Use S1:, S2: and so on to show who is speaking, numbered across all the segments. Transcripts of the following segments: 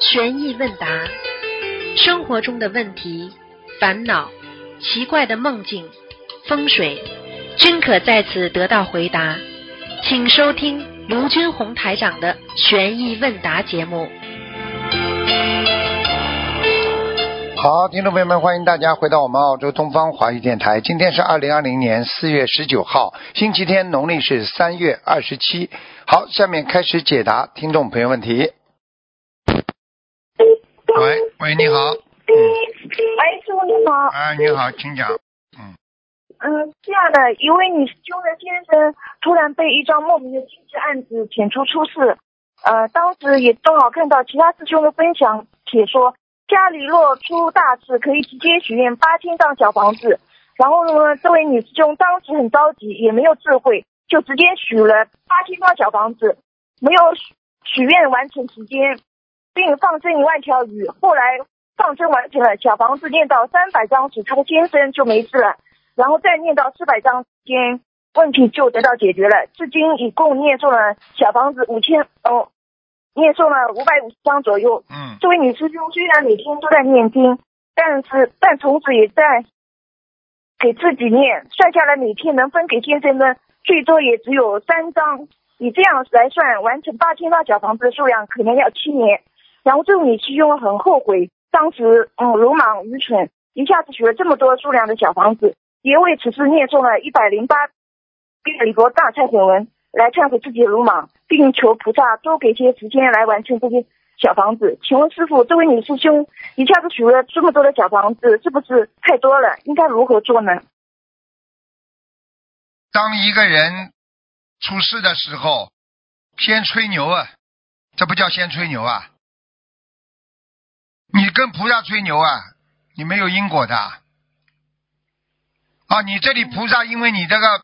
S1: 悬疑问答，生活中的问题、烦恼、奇怪的梦境、风水，均可在此得到回答。请收听卢军红台长的悬疑问答节目。
S2: 好，听众朋友们，欢迎大家回到我们澳洲东方华语电台。今天是二零二零年四月十九号，星期天，农历是三月二十七。好，下面开始解答听众朋友问题。喂喂，你好，嗯
S3: 喂，哎师傅你好，
S2: 啊，你好，请讲。
S3: 嗯，这样的，一位女兄的先生突然被一桩莫名的经济案子遣出出事，呃，当时也正好看到其他师兄的分享解说，家里若出大事可以直接许愿八千张小房子，然后呢，这位女师兄当时很着急，也没有智慧，就直接许了八千张小房子，没有许许愿完成期间，并放生一万条鱼，后来放生完成了，小房子念到三百张时，他的先生就没事了。然后再念到四百章间，问题就得到解决了。至今一共念诵了小房子五千哦，念诵了五百五十章左右。
S2: 嗯，
S3: 这位女师兄虽然每天都在念经，但是但从此也在给自己念，算下来每天能分给先生的最多也只有三张。以这样来算，完成八千套小房子的数量可能要七年。然后这位女师兄很后悔，当时嗯鲁莽愚蠢，一下子取了这么多数量的小房子，也为此事念诵了一百零八遍礼佛大忏悔文来忏悔自己的鲁莽，并求菩萨多给些时间来完成这些小房子。请问师傅，这位女师兄一下子取了这么多的小房子，是不是太多了？应该如何做呢？
S2: 当一个人出事的时候，先吹牛啊，这不叫先吹牛啊！你跟菩萨吹牛啊，你没有因果的啊！啊你这里菩萨因为你这个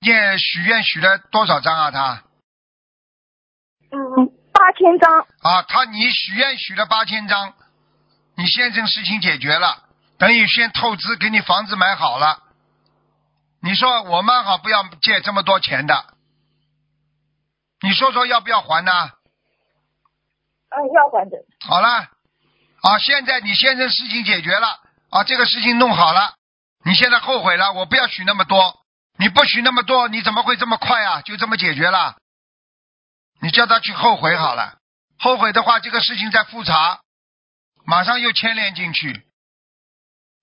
S2: 念许愿许了多少张啊？他
S3: 嗯，八千张。
S2: 啊，他你许愿许了八千张，你先生事情解决了，等于先透支给你房子买好了。你说我们好不要借这么多钱的，你说说要不要还呢？
S3: 嗯，要还的。
S2: 好了，啊，现在你先生事情解决了，啊，这个事情弄好了，你现在后悔了，我不要许那么多，你不许那么多，你怎么会这么快啊？就这么解决了？你叫他去后悔好了，后悔的话，这个事情再复查，马上又牵连进去，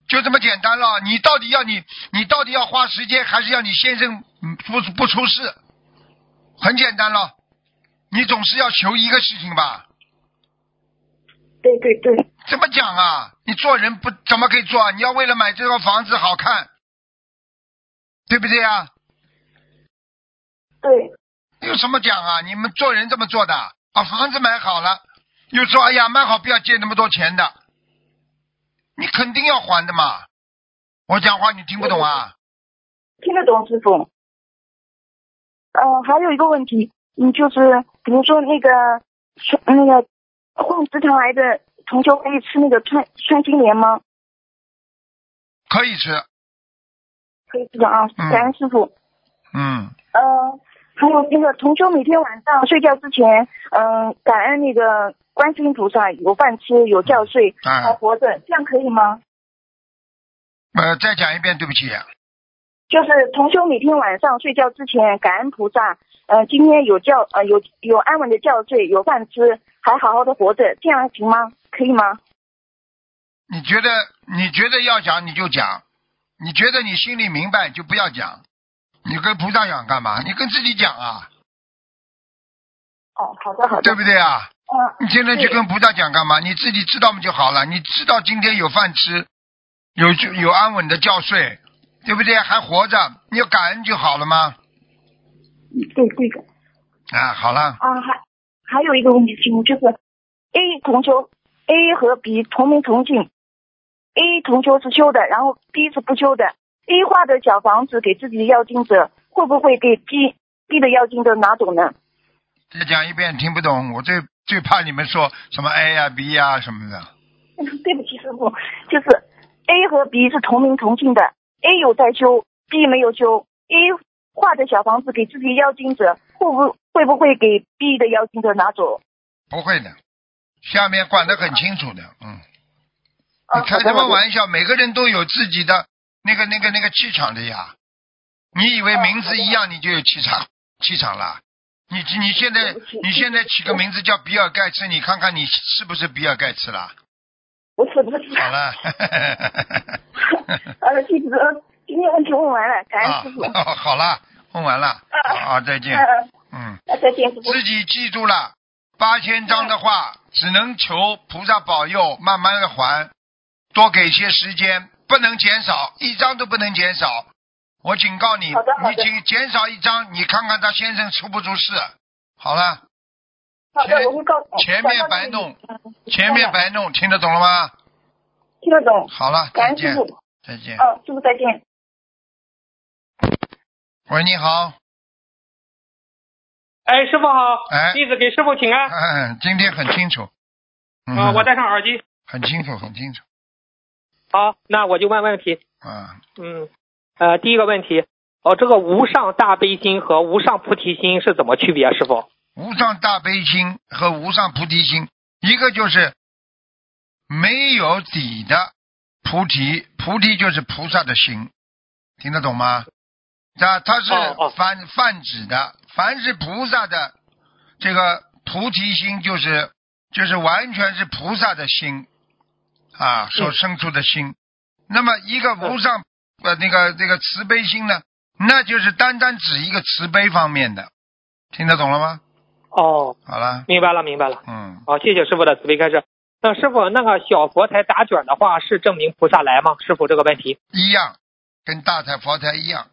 S2: 就这么简单了。你到底要你，你到底要花时间，还是要你先生嗯不不出事？很简单了，你总是要求一个事情吧。
S3: 对对对，
S2: 怎么讲啊？你做人不怎么可以做啊？你要为了买这套房子好看，对不对啊？
S3: 对
S2: 有什么讲啊？你们做人这么做的啊？把房子买好了，又说哎呀，买好不要借那么多钱的，你肯定要还的嘛。我讲话你听不懂啊？
S3: 听得懂师傅。呃，还有一个问题，嗯，就是比如说那个说那个患直肠癌的同学可以吃那个穿穿心莲吗？
S2: 可以吃，
S3: 可以吃的啊，
S2: 嗯
S3: 感恩师傅。
S2: 嗯，
S3: 呃，还有那个同修每天晚上睡觉之前，嗯、感恩那个观世音菩萨有饭吃有觉睡
S2: 哎
S3: 还活着，这样可以吗？
S2: 呃，再讲一遍，对不起，
S3: 就是同修每天晚上睡觉之前感恩菩萨，呃，今天有觉呃有有安稳的觉睡，有饭吃，还好好的活着，这样行吗？可以吗？
S2: 你觉得你觉得要讲你就讲，你觉得你心里明白就不要讲，你跟菩萨讲干嘛？你跟自己讲啊。
S3: 哦，好的好的，
S2: 对不对啊？
S3: 嗯、
S2: 你现在去
S3: 对
S2: 跟菩萨讲干嘛？你自己知道嘛就好了。你知道今天有饭吃，有有安稳的觉睡，对不对？还活着，你要感恩就好了吗？
S3: 对对的。
S2: 啊，好了，
S3: 啊，还还有一个问题题目就是 A 同修 A 和 B 同名同姓，A 同修是修的，然后 B 是不修的。A 画的小房子给自己的要经者，会不会给 B B 的要经者拿走呢？
S2: 再讲一遍，听不懂。我最最怕你们说什么 A 呀、B 呀、什么的。
S3: 对不起，师傅，就是 A 和 B 是同名同姓的，A 有在修，B 没有修。A 画的小房子给自己要经者，会不会不会给 B 的要经者拿走？
S2: 不会的，下面管得很清楚的，嗯。
S4: 啊
S2: 你开什
S4: 好的
S2: 么？
S4: 好的
S2: 玩笑？每个人都有自己的那个、那个、那个气场的呀。你以为
S4: 哦好
S2: 名字
S4: 的
S2: 一样你就有气场气场啦？你你现在
S4: 对不起
S2: 你现在起个名字叫比尔盖茨，你看看你是不是比尔盖 茨啦？
S4: 不是不是，
S2: 好了，
S4: 呃，弟子今天问题问完了，感恩
S2: 啊
S4: 师傅。，
S2: 好了，问完了，
S4: 啊
S2: 啊，再见，
S4: 嗯
S2: 嗯，
S4: 嗯，再见，师傅。
S2: 自己记住了，八千张的话，只能求菩萨保佑，慢慢的还，多给些时间，不能减少，一张都不能减少。我警告你，
S4: 好的好
S2: 你
S4: 的
S2: 减减少一张，你看看他先生出不出事。好了，
S4: 好的，我会告诉。
S2: 前面白弄
S4: 嗯，
S2: 前面白弄，听得懂了吗？
S4: 听得懂。
S2: 好了，
S4: 感
S2: 再
S4: 恩师
S2: 见
S4: 傅，。
S2: 再见。
S4: 哦，师傅再见。
S2: 喂，你好，
S5: 哎，师傅好，
S2: 哎
S5: 弟子给师傅请安。
S2: 嗯，今天很清楚。嗯，
S5: 啊，我戴上耳机。
S2: 很清楚，很清楚。
S5: 好，那我就问问题。
S2: 啊，
S5: 嗯，呃，第一个问题，哦，这个无上大悲心和无上菩提心是怎么区别？师傅？
S2: 无上大悲心和无上菩提心，一个就是没有底的菩提，菩提就是菩萨的心，听得懂吗？它它是
S5: 哦哦
S2: 泛泛指的，凡是菩萨的这个菩提心，就是就是完全是菩萨的心
S5: 嗯
S2: 啊，所生出的心。那么一个无上呃那个这个慈悲心呢，那就是单单指一个慈悲方面的，听得懂了吗？
S5: 哦，
S2: 好了，
S5: 明白了，明白了。
S2: 嗯，
S5: 好，谢谢师傅的慈悲开示。那师傅，那个小佛台打卷的话，是证明菩萨来吗？师傅这个问题。
S2: 一样，跟大财佛台一 样。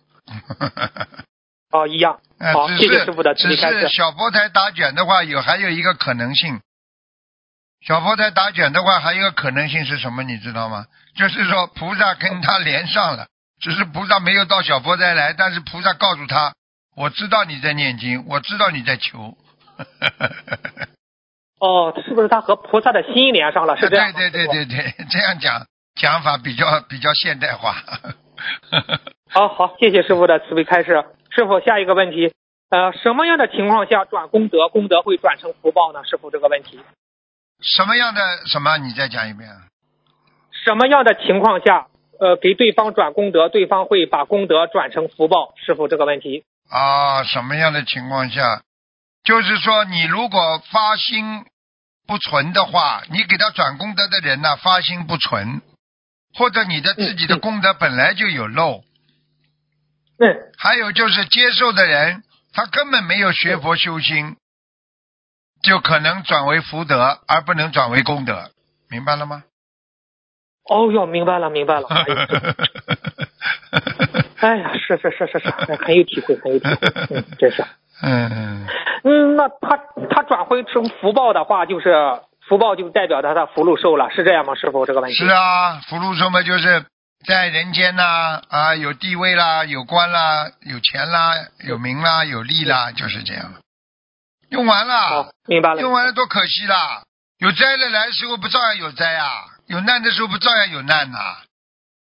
S5: 哦，一样。
S2: 呃
S5: 好
S2: 只
S5: 谢谢
S2: 是
S5: 师傅的慈
S2: 只
S5: 悲开
S2: 是
S5: 示
S2: 小佛台打卷的话，有还有一个可能性。小佛台打卷的话，还有一个可能性是什么？你知道吗？就是说菩萨跟他连上了，只是菩萨没有到小佛台来，但是菩萨告诉他：“我知道你在念经，我知道你在求。
S5: 哦，是不是他和菩萨的心连上了？是这 样
S2: 对对
S5: 吗
S2: 对对
S5: 师
S2: 对，这样讲讲法比较比较现代化。
S5: 傅好好，谢谢师傅的慈悲开示。师傅，下一个问题，呃，什么样的情况下转功德，功德会转成福报呢？师傅这个问题。
S2: 什么样的什么？你再讲一遍。
S5: 什么样的情况下，呃，给对方转功德，对方会把功德转成福报？师傅这个问题。
S2: 啊，什么样的情况下？就是说，你如果发心不纯的话，你给他转功德的人呢、发心不纯，或者你的自己的
S5: 嗯嗯
S2: 功德本来就有漏，
S5: 嗯，
S2: 还有就是接受的人，他根本没有学佛修心，就可能转为福德，而不能转为功德，明白了 吗？
S5: 哦哟，明白了，明白了。哎呀
S2: 嗯
S5: 哎呀，是是是是是，哎很有体会，很有 体会。嗯，真是。
S2: 嗯，
S5: 嗯，那他他转回成福报的话，就是福报就代表他的福禄寿了，是这样吗？师傅这个问题。
S2: 是。啊，福禄寿嘛，就是在人间呐、啊，有地位啦，有官啦，有钱啦，有名啦，有利啦，就是这样。用完
S5: 哦好
S2: 了，，
S5: 明白了。
S2: 用完了多可惜啦！有灾了来的时候不照样有灾啊？有难的时候不照样有难呐、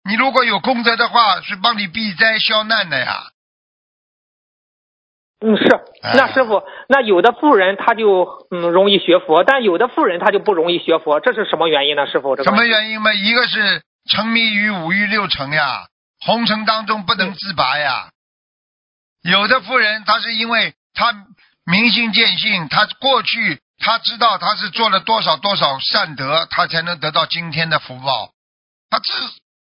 S2: 你如果有功德的话，是帮你避灾消难的呀。
S5: 嗯，是。
S2: 哎
S5: 那师傅，那有的富人他就嗯容易学佛，但有的富人他就不容易学佛，这是什么原因呢？师傅这个
S2: 什
S5: 问题。
S2: 么原因嘛？一个是沉迷于五欲六尘呀，红尘当中不能自拔呀。有的富人他是因为他明心见性，他过去他知道他是做了多少多少善德，他才能得到今天的福报。他至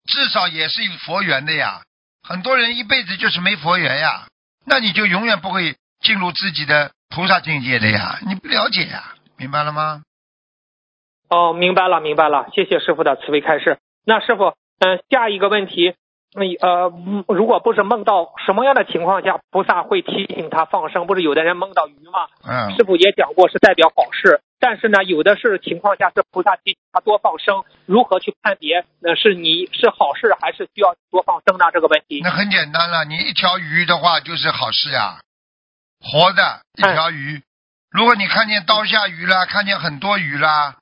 S2: 至少也是有佛缘的呀。很多人一辈子就是没佛缘呀，那你就永远不会进入自己的菩萨境界的呀。你不了解呀，明白了吗？
S5: 哦，明白了，明白了，谢谢师傅的慈悲开示。那师傅，嗯、下一个问题，嗯呃，嗯如果不是梦到什么样的情况下，菩萨会提醒他放生？不是有的人梦到鱼吗？
S2: 嗯。
S5: 师傅也讲过是代表好事，但是呢，有的是情况下是菩萨提醒他多放生，如何去判别？呃，是你是好事还是需要多放生呢？这个问题。
S2: 那很简单了，你一条鱼的话就是好事呀，活的一条鱼。如果你看见刀下鱼啦，看见很多鱼啦，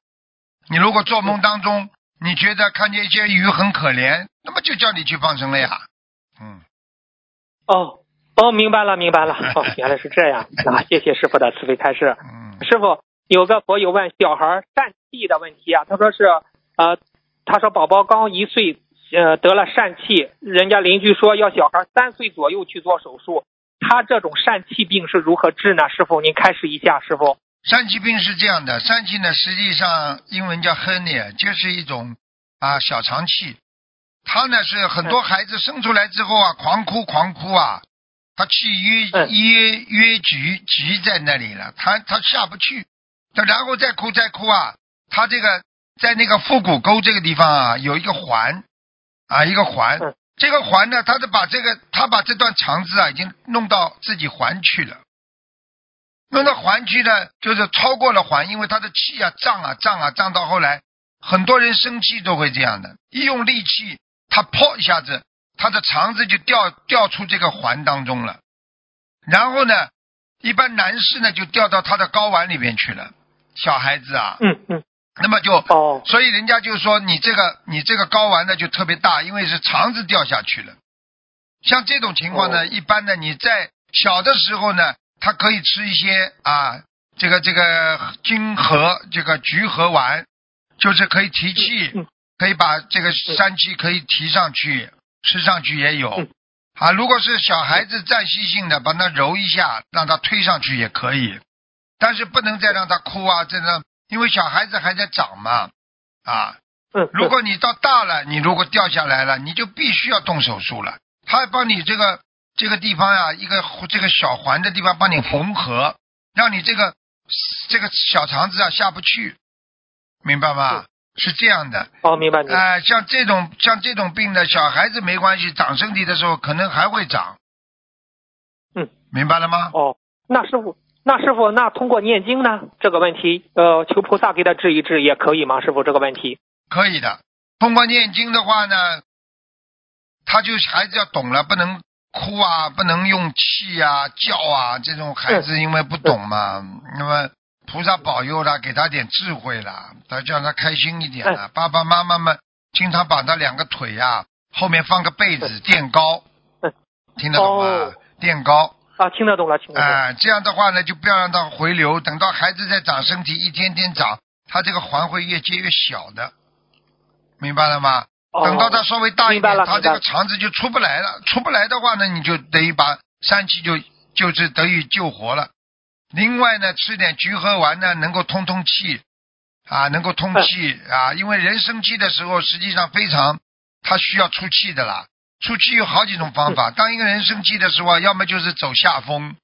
S2: 你如果做梦当中你觉得看见一些鱼很可怜，那么就叫你去放生了呀。嗯，
S5: 哦 啊哦，明白了，明白了。哦，原来是这样。那、谢谢师傅的慈悲开示。
S2: 嗯
S5: 师傅，有个佛友问小孩疝气的问题啊，他说是呃，他说宝宝刚一岁，呃，得了疝气，人家邻居说要小孩三岁左右去做手术，他这种疝气病是如何治呢？师傅，您开始一下，师傅。
S2: 疝气病是这样的，疝气呢，实际上英文叫 hernia，就是一种啊小肠气。它呢是很
S5: 嗯
S2: 多孩子生出来之后啊，狂哭狂哭啊，他气约
S5: 嗯
S2: 约约局局在那里了，他他下不去，他然后再哭再哭啊，他这个在那个腹股沟这个地方啊，有一个环啊，一个环
S5: 嗯，
S2: 这个环呢，他是把这个他把这段肠子啊，已经弄到自己环去了。弄到环去呢，就是超过了环，因为他的气啊胀啊胀啊胀到后来，很多人生气都会这样的，一用力气，他砰一下子，他的肠子就掉掉出这个环当中了。然后呢，一般男士呢就掉到他的睾丸里边去了，小孩子啊，
S5: 嗯嗯，
S2: 那么就，
S5: 哦，
S2: 所以人家就说你这个你这个睾丸呢就特别大，因为是肠子掉下去了。像这种情况呢，
S5: 哦
S2: 一般呢你在小的时候呢，他可以吃一些啊，这个这个金核这个菊核丸，就是可以提气。
S5: 嗯
S2: 可以把这个三七可以提上去，吃上去也有
S5: 嗯。
S2: 啊，如果是小孩子暂时性的，把它揉一下，让他推上去也可以，但是不能再让他哭啊，真的，因为小孩子还在长嘛，啊，
S5: 嗯，
S2: 如果你到大了，你如果掉下来了，你就必须要动手术了。他帮你这个这个地方啊，一个这个小环的地方帮你缝合，让你这个这个小肠子啊下不去，明白吗？是这样的。
S5: 哦，明白您。
S2: 哎、像这种像这种病呢，小孩子没关系，长身体的时候可能还会长。
S5: 嗯，
S2: 明白了吗？
S5: 哦，那师傅，那师傅，那通过念经呢这个问题，呃，求菩萨给他治一治也可以吗？师傅这个问题。
S2: 可以的。通过念经的话呢，他就孩子要懂了，不能哭啊，不能用气啊、叫啊，这种孩子因为不懂嘛，那么菩萨保佑啦，给他点智慧啦，他让他开心一点啦。爸爸妈妈们经常把他两个腿呀、后面放个被子垫高
S5: 嗯，
S2: 听得懂吗
S5: 哦？
S2: 垫高。
S5: 啊，听得懂了，听得懂了。
S2: 哎、这样的话呢，就不要让它回流。等到孩子再长身体，一天天长，他这个环会越结越小的，明白了吗？
S5: 哦
S2: 等到他稍微大一
S5: 明白
S2: 点，
S5: 了
S2: 他
S5: 明白
S2: 这
S5: 了
S2: 个肠子就出不来了。出不来的话呢，你就等于把三七就就是等于救活了。另外呢，吃点菊核丸呢，能够通通气，啊，能够通气
S5: 嗯
S2: 啊，因为人生气的时候，实际上非常他需要出气的啦。出气有好几种方
S5: 嗯
S2: 法。当一个人生气的时候啊，要么就是走下风，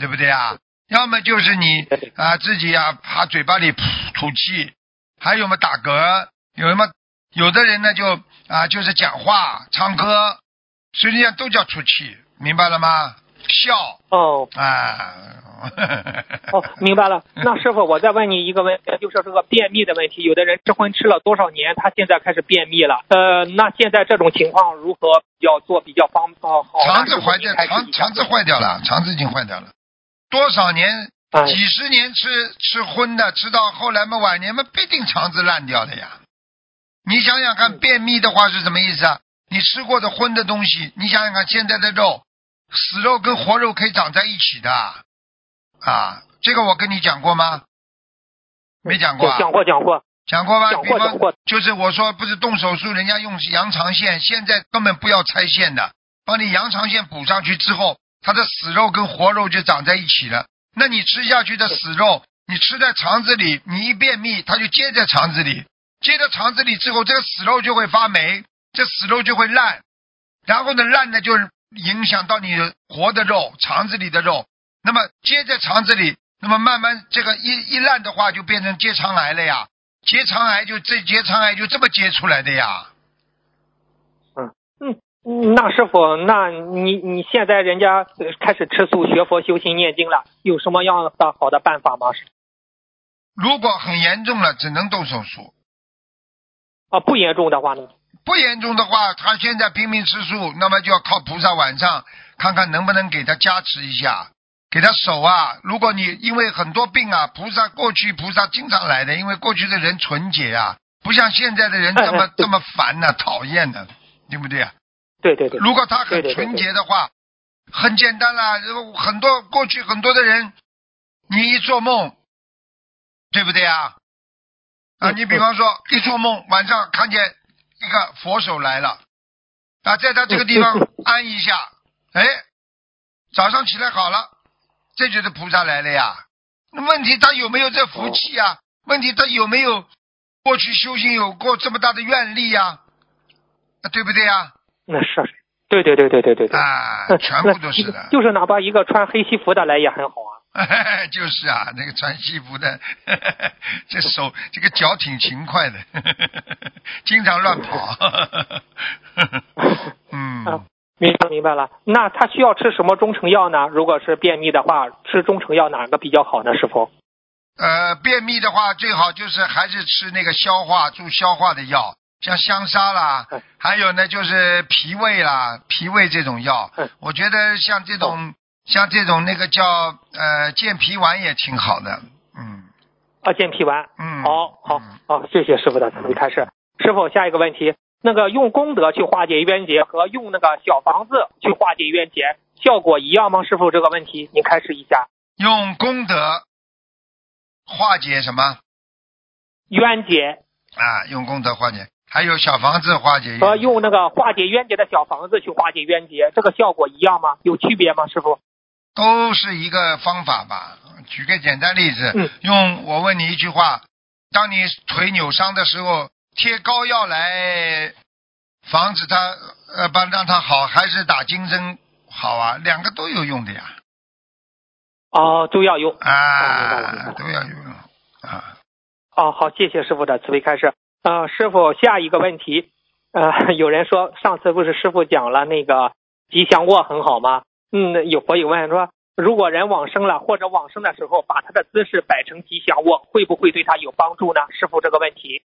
S2: 对不对啊？要么就是你
S5: 对
S2: 啊自己啊，把嘴巴里噗吐气，还有嘛打嗝，有什么？有的人呢就啊就是讲话、唱歌，实际上都叫出气，明白了吗？笑
S5: 哦
S2: 啊。
S5: 哦，明白了。那师傅，我再问你一个问题，就是这个便秘的问题。有的人吃荤吃了多少年，他现在开始便秘了。呃，那现在这种情况如何要做比较方哦好？
S2: 肠
S5: 那
S2: 子
S5: 师傅
S2: 坏
S5: 您
S2: 掉，
S5: 开始
S2: 肠
S5: 一下
S2: 肠子坏掉了，肠子已经坏掉了。多少年
S5: 哎
S2: 几十年吃吃荤的，吃到后来嘛，晚年嘛必定肠子烂掉的呀。你想想看，
S5: 嗯
S2: 便秘的话是什么意思啊？你吃过的荤的东西，你想想看，现在的肉，死肉跟活肉可以长在一起的啊啊！这个我跟你讲过吗？没讲过、啊，
S5: 讲过讲过。
S2: 讲过吧？
S5: 讲
S2: 比
S5: 过
S2: 方
S5: 讲过
S2: 就是我说不是动手术，人家用羊肠线，现在根本不要拆线的，帮你羊肠线补上去之后，它的死肉跟活肉就长在一起了。那你吃下去的死肉，你吃在肠子里，你一便秘，它就接在肠子里，接到肠子里之后，这个死肉就会发霉，这死肉就会烂，然后呢，烂呢就影响到你活的肉，肠子里的肉，那么接在肠子里，那么慢慢这个一一烂的话，就变成结肠癌了呀。结肠癌就这结肠癌就这么结出来的呀。
S5: 嗯那师傅，那你你现在人家呃开始吃素、学佛、修心、念经了，有什么样的好的办法吗？
S2: 如果很严重了，只能动手术；
S5: 啊，不严重的话呢？
S2: 不严重的话，他现在拼命吃素，那么就要靠菩萨晚上看看能不能给他加持一下，给他手啊。如果你因为很多病啊，菩萨过去菩萨经常来的，因为过去的人纯洁啊，不像现在的人这么、
S5: 哎哎对
S2: 这么烦呐、讨厌的、对不对啊？
S5: 对对对，
S2: 如果他很
S5: 对对对
S2: 纯洁的话，很简单啦。如果很多过去很多的人，你一做梦，对不对啊？啊，你比方说一做梦晚上看见一个佛手来了，啊，在他这个地方安一下，哎，早上起来好了，这就是菩萨来了呀。那问题他有没有这福气
S5: 哦
S2: 啊？问题他有没有过去修行有过这么大的愿力呀、啊对不对呀、
S5: 那是，对对对对对对对，
S2: 啊？
S5: 那
S2: 全部都是的
S5: 呃那。就是哪怕一个穿黑西服的来也很好啊。
S2: 就是啊，那个穿西服的， 这手这个脚挺勤快的， 经常乱跑。
S5: 啊
S2: 嗯，
S5: 明白明白了，那他需要吃什么中成药呢？如果是便秘的话，吃中成药哪个比较好呢？师傅？
S2: 呃，便秘的话，最好就是还是吃那个消化助消化的药，像香砂啦
S5: 嗯，
S2: 还有呢就是脾胃啦，脾胃这种药
S5: 嗯，哦
S2: 我觉得像这种像这种那个叫呃健脾丸也挺好的。嗯
S5: 啊，健脾丸。
S2: 嗯，
S5: 好好
S2: 嗯
S5: 好，谢谢师傅的慈悲开示。师傅，下一个问题，那个用功德去化解冤结和用那个小房子去化解冤结，效果一样吗？师傅，这个问题您开始一下。
S2: 用功德化解什么？
S5: 冤结
S2: 啊，用功德化解，还有小房子化解。
S5: 和啊用那个化解冤结的小房子去化解冤结，这个效果一样吗？有区别吗？师傅？
S2: 都是一个方法吧。举个简单例子，
S5: 嗯
S2: 用我问你一句话：当你腿扭伤的时候，贴膏药来防止它呃，把让它好，还是打金针好啊？两个都有用的呀，
S5: 哦，都要用。哦明白了明白
S2: 啊
S5: 了，
S2: 都要有用啊。
S5: 哦，好，谢谢师傅的慈悲开示。呃，师傅，下一个问题，呃， 有人说上次不是师傅讲了那个吉祥卧很好吗？嗯，有佛友问说，如果人往生了或者往生的时候，把他的姿势摆成吉祥卧，会不会对他有帮助呢？师傅这个问题，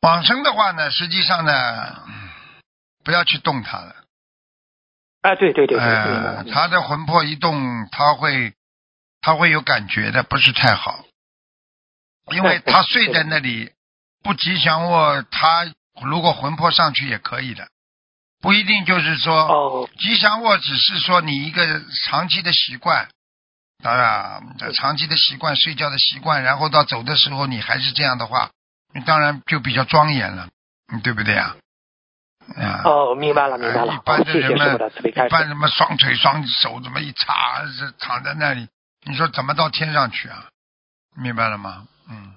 S2: 往生的话呢，实际上呢，嗯不要去动它了。
S5: 哎、对对对对，明白
S2: 呃
S5: 了，
S2: 他的魂魄一动，他会他会有感觉的，不是太好，因为他睡在那里不吉祥卧，他如果魂魄上去也可以的，不一定就是说、
S5: 哦，
S2: 吉祥卧只是说你一个长期的习惯，当然长期的习惯，睡觉的习惯，然后到走的时候你还是这样的话，你当然就比较庄严了，嗯对不对呀、啊？
S5: 哦，明白了，明白
S2: 哎一
S5: 了，好，
S2: 般的
S5: 谢谢
S2: 人
S5: 师
S2: 们
S5: 傅的慈悲开
S2: 一般
S5: 示。
S2: 什么双腿双手怎么一插，这躺在那里，你说怎么到天上去啊？明白了吗？嗯，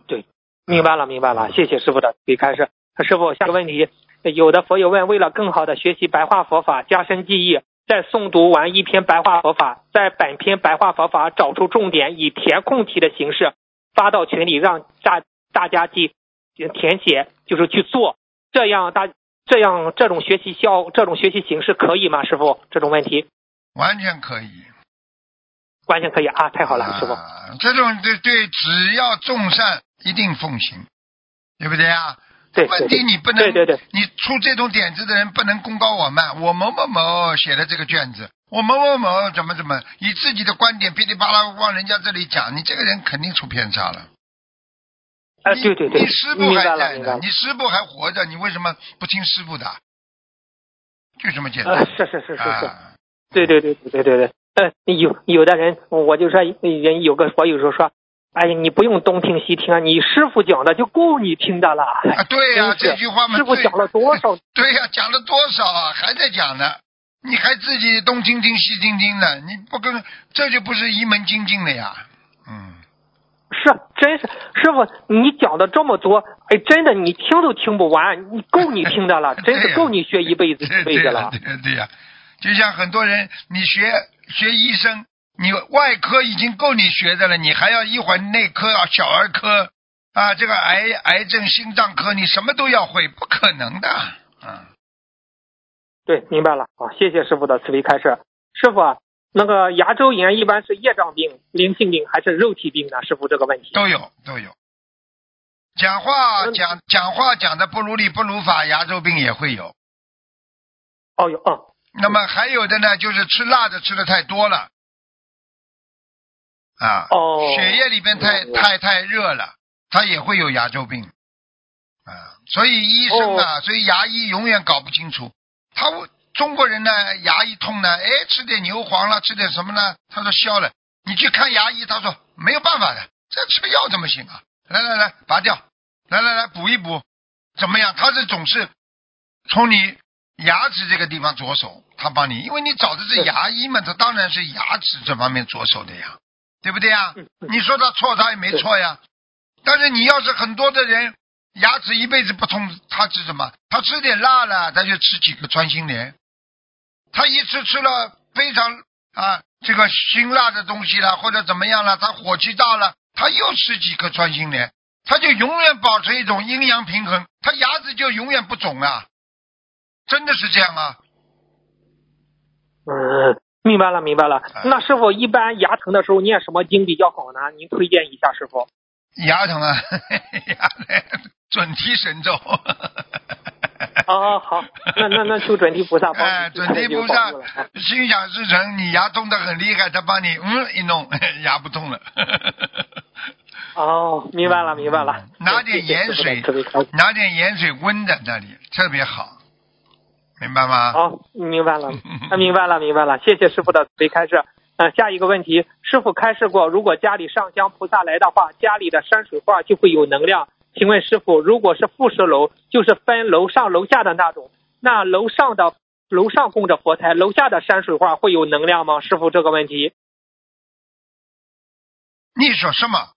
S5: 明白了，明白了，谢谢师傅的对开示。师傅，下个问题，有的佛友问，为了更好的学习白话佛法，加深记忆，在诵读完一篇白话佛法，在本篇白话佛法找出重点，以填空题的形式发到群里，让大大家去填写，就是去做，这样大这样这种学习效这种学习形式可以吗？师傅，这种问题
S2: 完全可以。
S5: 完全可以啊，太好了，师傅。
S2: 啊这种对对，只要众善一定奉行，对不对啊？
S5: 对
S2: 问
S5: 对
S2: 题
S5: 对
S2: 你不能，
S5: 对对对，
S2: 你出这种点子的人不能功高我慢。我某某某写的这个卷子，我某某某怎么怎么，以自己的观点噼里啪啦往人家这里讲，你这个人肯定出偏差了。
S5: 啊，
S2: 你
S5: 对对对
S2: 你师，傅
S5: 明
S2: 还
S5: 白了，
S2: 在
S5: 明白
S2: 呢
S5: 了，。
S2: 你师傅还活着，你为什么不听师傅的？就这么简单。
S5: 呃，是是是是是。
S2: 啊
S5: 对对对对对对对，呃，有有的人，我就说呃人有个佛友说说，哎呀，你不用东听西听啊，你师傅讲的就够你听的了。
S2: 啊，对呀、
S5: 真是
S2: 这句话嘛，
S5: 哎师傅
S2: 最
S5: 讲了多少？
S2: 对呀、讲了多少啊？还在讲呢，你还自己东听听西听听的，你不跟这就不是一门精进了呀？嗯，
S5: 是，啊真是师傅，你讲的这么多，哎，真的你听都听不完，你够你听的了， 啊真
S2: 对
S5: 是
S2: 呀
S5: 够你学一辈子
S2: 对
S5: 一辈
S2: 对
S5: 子
S2: 呀
S5: 了，啊
S2: 对。呀对呀、就像很多人，你学学医生，你外科已经够你学的了，你还要一会儿内科啊、小儿科啊，这个癌癌症、心脏科，你什么都要会，不可能的。嗯，
S5: 对，明白了。好，谢谢师傅的慈悲开示。师傅啊，那个牙周炎一般是业障病、灵性病还是肉体病呢？师傅这个问题。
S2: 都有都有。讲话
S5: 嗯
S2: 讲讲话讲的不如理不如法，牙周病也会有。
S5: 哦哟，嗯，
S2: 那么还有的呢，就是吃辣的吃的太多了，啊，
S5: 哦
S2: 血液里边太
S5: 明白
S2: 太太热了，它也会有牙周病，啊，所以医生
S5: 哦
S2: 啊，所以牙医永远搞不清楚，他中国人呢牙一痛呢，哎，吃点牛黄了，吃点什么呢？他说消了，你去看牙医，他说没有办法的，这吃药怎么行啊？来来来，拔掉，来来来补一补，怎么样？他是总是从你牙齿这个地方着手，他帮你，因为你找的是牙医嘛，他当然是牙齿这方面着手的呀，对不对啊呀？
S5: 嗯嗯
S2: 你说他错，他也没错呀。但是你要是很多的人牙齿一辈子不痛，他吃什么？他吃点辣了，他就吃几个穿心莲。他一吃吃了非常啊这个辛辣的东西了，或者怎么样了，他火气大了，他又吃几颗穿心莲，他就永远保持一种阴阳平衡，他牙齿就永远不肿啊，真的是这样啊。
S5: 嗯，明白了，明白了。
S2: 哎
S5: 那师傅一般牙疼的时候念什么经比较好呢？您推荐一下师傅。
S2: 牙疼啊， 牙疼，准提神咒。
S5: 哦，好， 那那那求准提菩萨帮
S2: 哎，
S5: 你
S2: 准提菩萨
S5: 就保住了啊
S2: 心想事成，你牙痛的很厉害，他帮你嗯一弄， 牙不痛了。
S5: 哦，明白了，明白了。
S2: 嗯拿点盐水
S5: 特别开心。
S2: 拿点盐水温在那里，特别好，明白吗？
S5: 好，哦明白了，啊明白了，明白了。谢谢师傅的慈悲开示。嗯、下一个问题，师傅开示过，如果家里上香菩萨来的话，家里的山水画就会有能量。请问师傅，如果是复式楼，就是分楼上楼下的那种，那楼上的楼上供着佛台，楼下的山水画会有能量吗？师傅这个问题，
S2: 你说什么？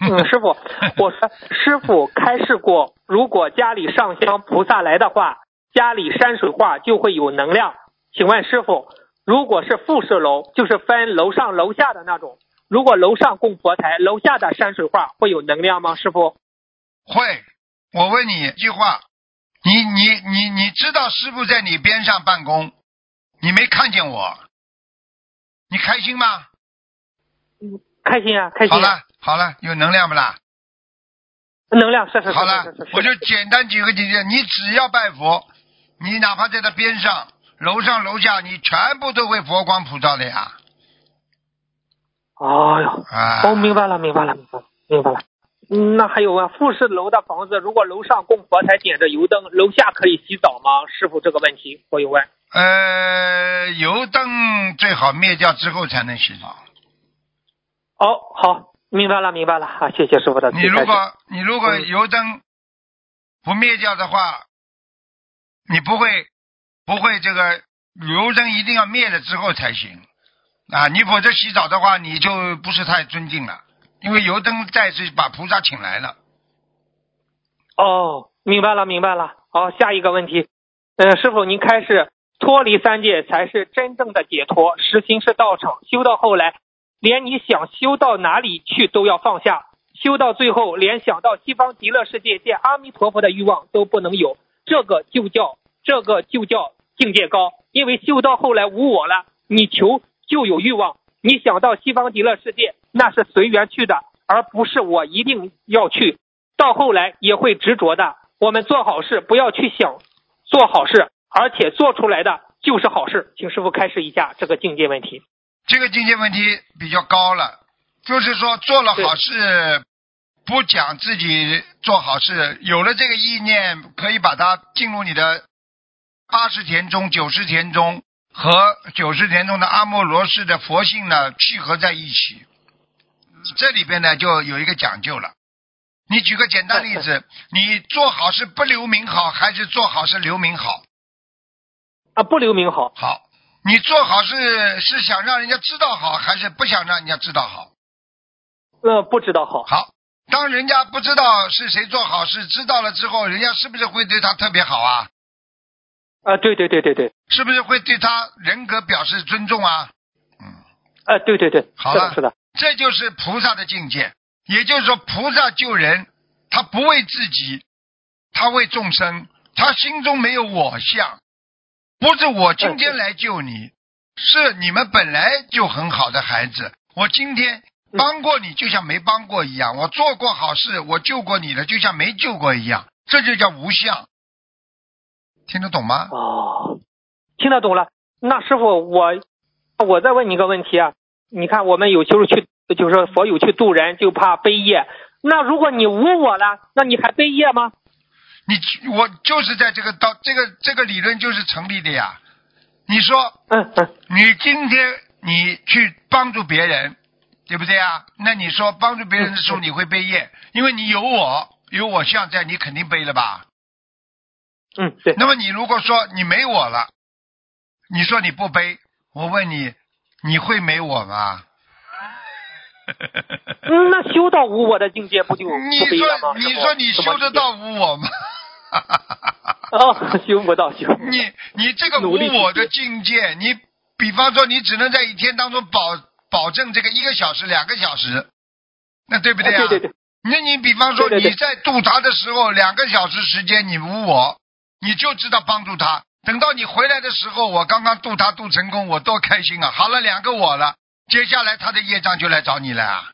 S5: 嗯，师傅，我说师傅开示过，如果家里上香菩萨来的话，家里山水画就会有能量。请问师傅，如果是复式楼，就是分楼上楼下的那种，如果楼上供佛台，楼下的山水画会有能量吗？师傅？
S2: 会，我问你一句话，你你你你知道师傅在你边上办公，你没看见我，你开心吗？
S5: 开心啊，开
S2: 好
S5: 心、啊！
S2: 了好了，有能量不啦？
S5: 能量是是是
S2: 好了
S5: 是是，是，
S2: 我就简单举个例子，你只要拜佛，你哪怕在他边上、楼上、楼下，你全部都会佛光普照的呀。
S5: 哎呦，
S2: 啊，
S5: 哦，明白了，明白了，明白了，明白了。嗯，那还有啊，复式楼的房子，如果楼上供佛台点着油灯，楼下可以洗澡吗？师傅这个问题我有问。
S2: 呃，油灯最好灭掉之后才能洗
S5: 啊
S2: 澡。
S5: 哦，好，明白了，明白了啊，谢谢师傅的提
S2: 你
S5: 示。
S2: 如果你如果
S5: 嗯
S2: 油灯不灭掉的话，你不会不会这个油灯一定要灭了之后才行啊！你否则洗澡的话，你就不是太尊敬了，因为油灯再次把菩萨请来了。
S5: 哦，明白了，明白了。好，下一个问题，嗯，师傅您开示，脱离三界才是真正的解脱，实行是道场，修到后来，连你想修到哪里去都要放下，修到最后，连想到西方极乐世界见阿弥陀佛的欲望都不能有，这个就叫这个就叫境界高，因为修到后来无我了，你求就有欲望，你想到西方极乐世界，那是随缘去的，而不是我一定要去。到后来也会执着的。我们做好事不要去想做好事，而且做出来的就是好事。请师傅开示一下这个境界问题。
S2: 这个境界问题比较高了，就是说做了好事，不讲自己做好事，有了这个意念，可以把它进入你的八十田中、九十田中和九十田中的阿莫罗氏的佛性呢聚合在一起。这里边呢就有一个讲究了。你举个简单例子，你做好事不留名好，还是做好事留名好？
S5: 啊，不留名好，
S2: 好，你做好事是想让人家知道好，还是不想让人家知道好？
S5: 呃，不知道好。
S2: 好，当人家不知道是谁做好事，知道了之后，人家是不是会对他特别好啊？
S5: 啊，对对对对对，
S2: 是不是会对他人格表示尊重啊？
S5: 啊，对对对，
S2: 好
S5: 是
S2: 了
S5: 的，是的，
S2: 这就是菩萨的境界。也就是说，菩萨救人，他不为自己，他为众生，他心中没有我相，不是我今天来救你，是你们本来就很好的孩子，我今天帮过你，就像没帮过一样；我做过好事，我救过你了，就像没救过一样，这就叫无相。听得懂吗？
S5: 哦，听得懂了。那师傅，我我再问你一个问题啊，你看我们有时候去，就是说佛有去度人，就怕背业。那如果你无我了，那你还背业吗？
S2: 你我就是在这个道，这个这个理论就是成立的呀。你说
S5: 嗯嗯
S2: 你今天你去帮助别人，对不对啊？那你说帮助别人的时候
S5: 嗯
S2: 你会背业，因为你有我有我像在，你肯定背了吧？
S5: 嗯，对，
S2: 那么你如果说你没我了，你说你不背，我问你，你会没我吗？
S5: 嗯，那修到无我的境界不就
S2: 你
S5: 不悲了
S2: 说？
S5: 吗
S2: 你说你
S5: 什么
S2: 修得到无我吗？
S5: 哦， 修不到修。
S2: 你你这个
S5: 努力
S2: 无我
S5: 去
S2: 的境界，你比方说你只能在一天当中保保证这个一个小时、两个小时，那对不
S5: 对
S2: 啊？
S5: 对对，
S2: 那你比方说
S5: 对对对
S2: 你在度他的时候，两个小时时间你无我，你就知道帮助他。等到你回来的时候，我刚刚度他度成功，我多开心啊！好了，两个我了，接下来他的业障就来找你了啊。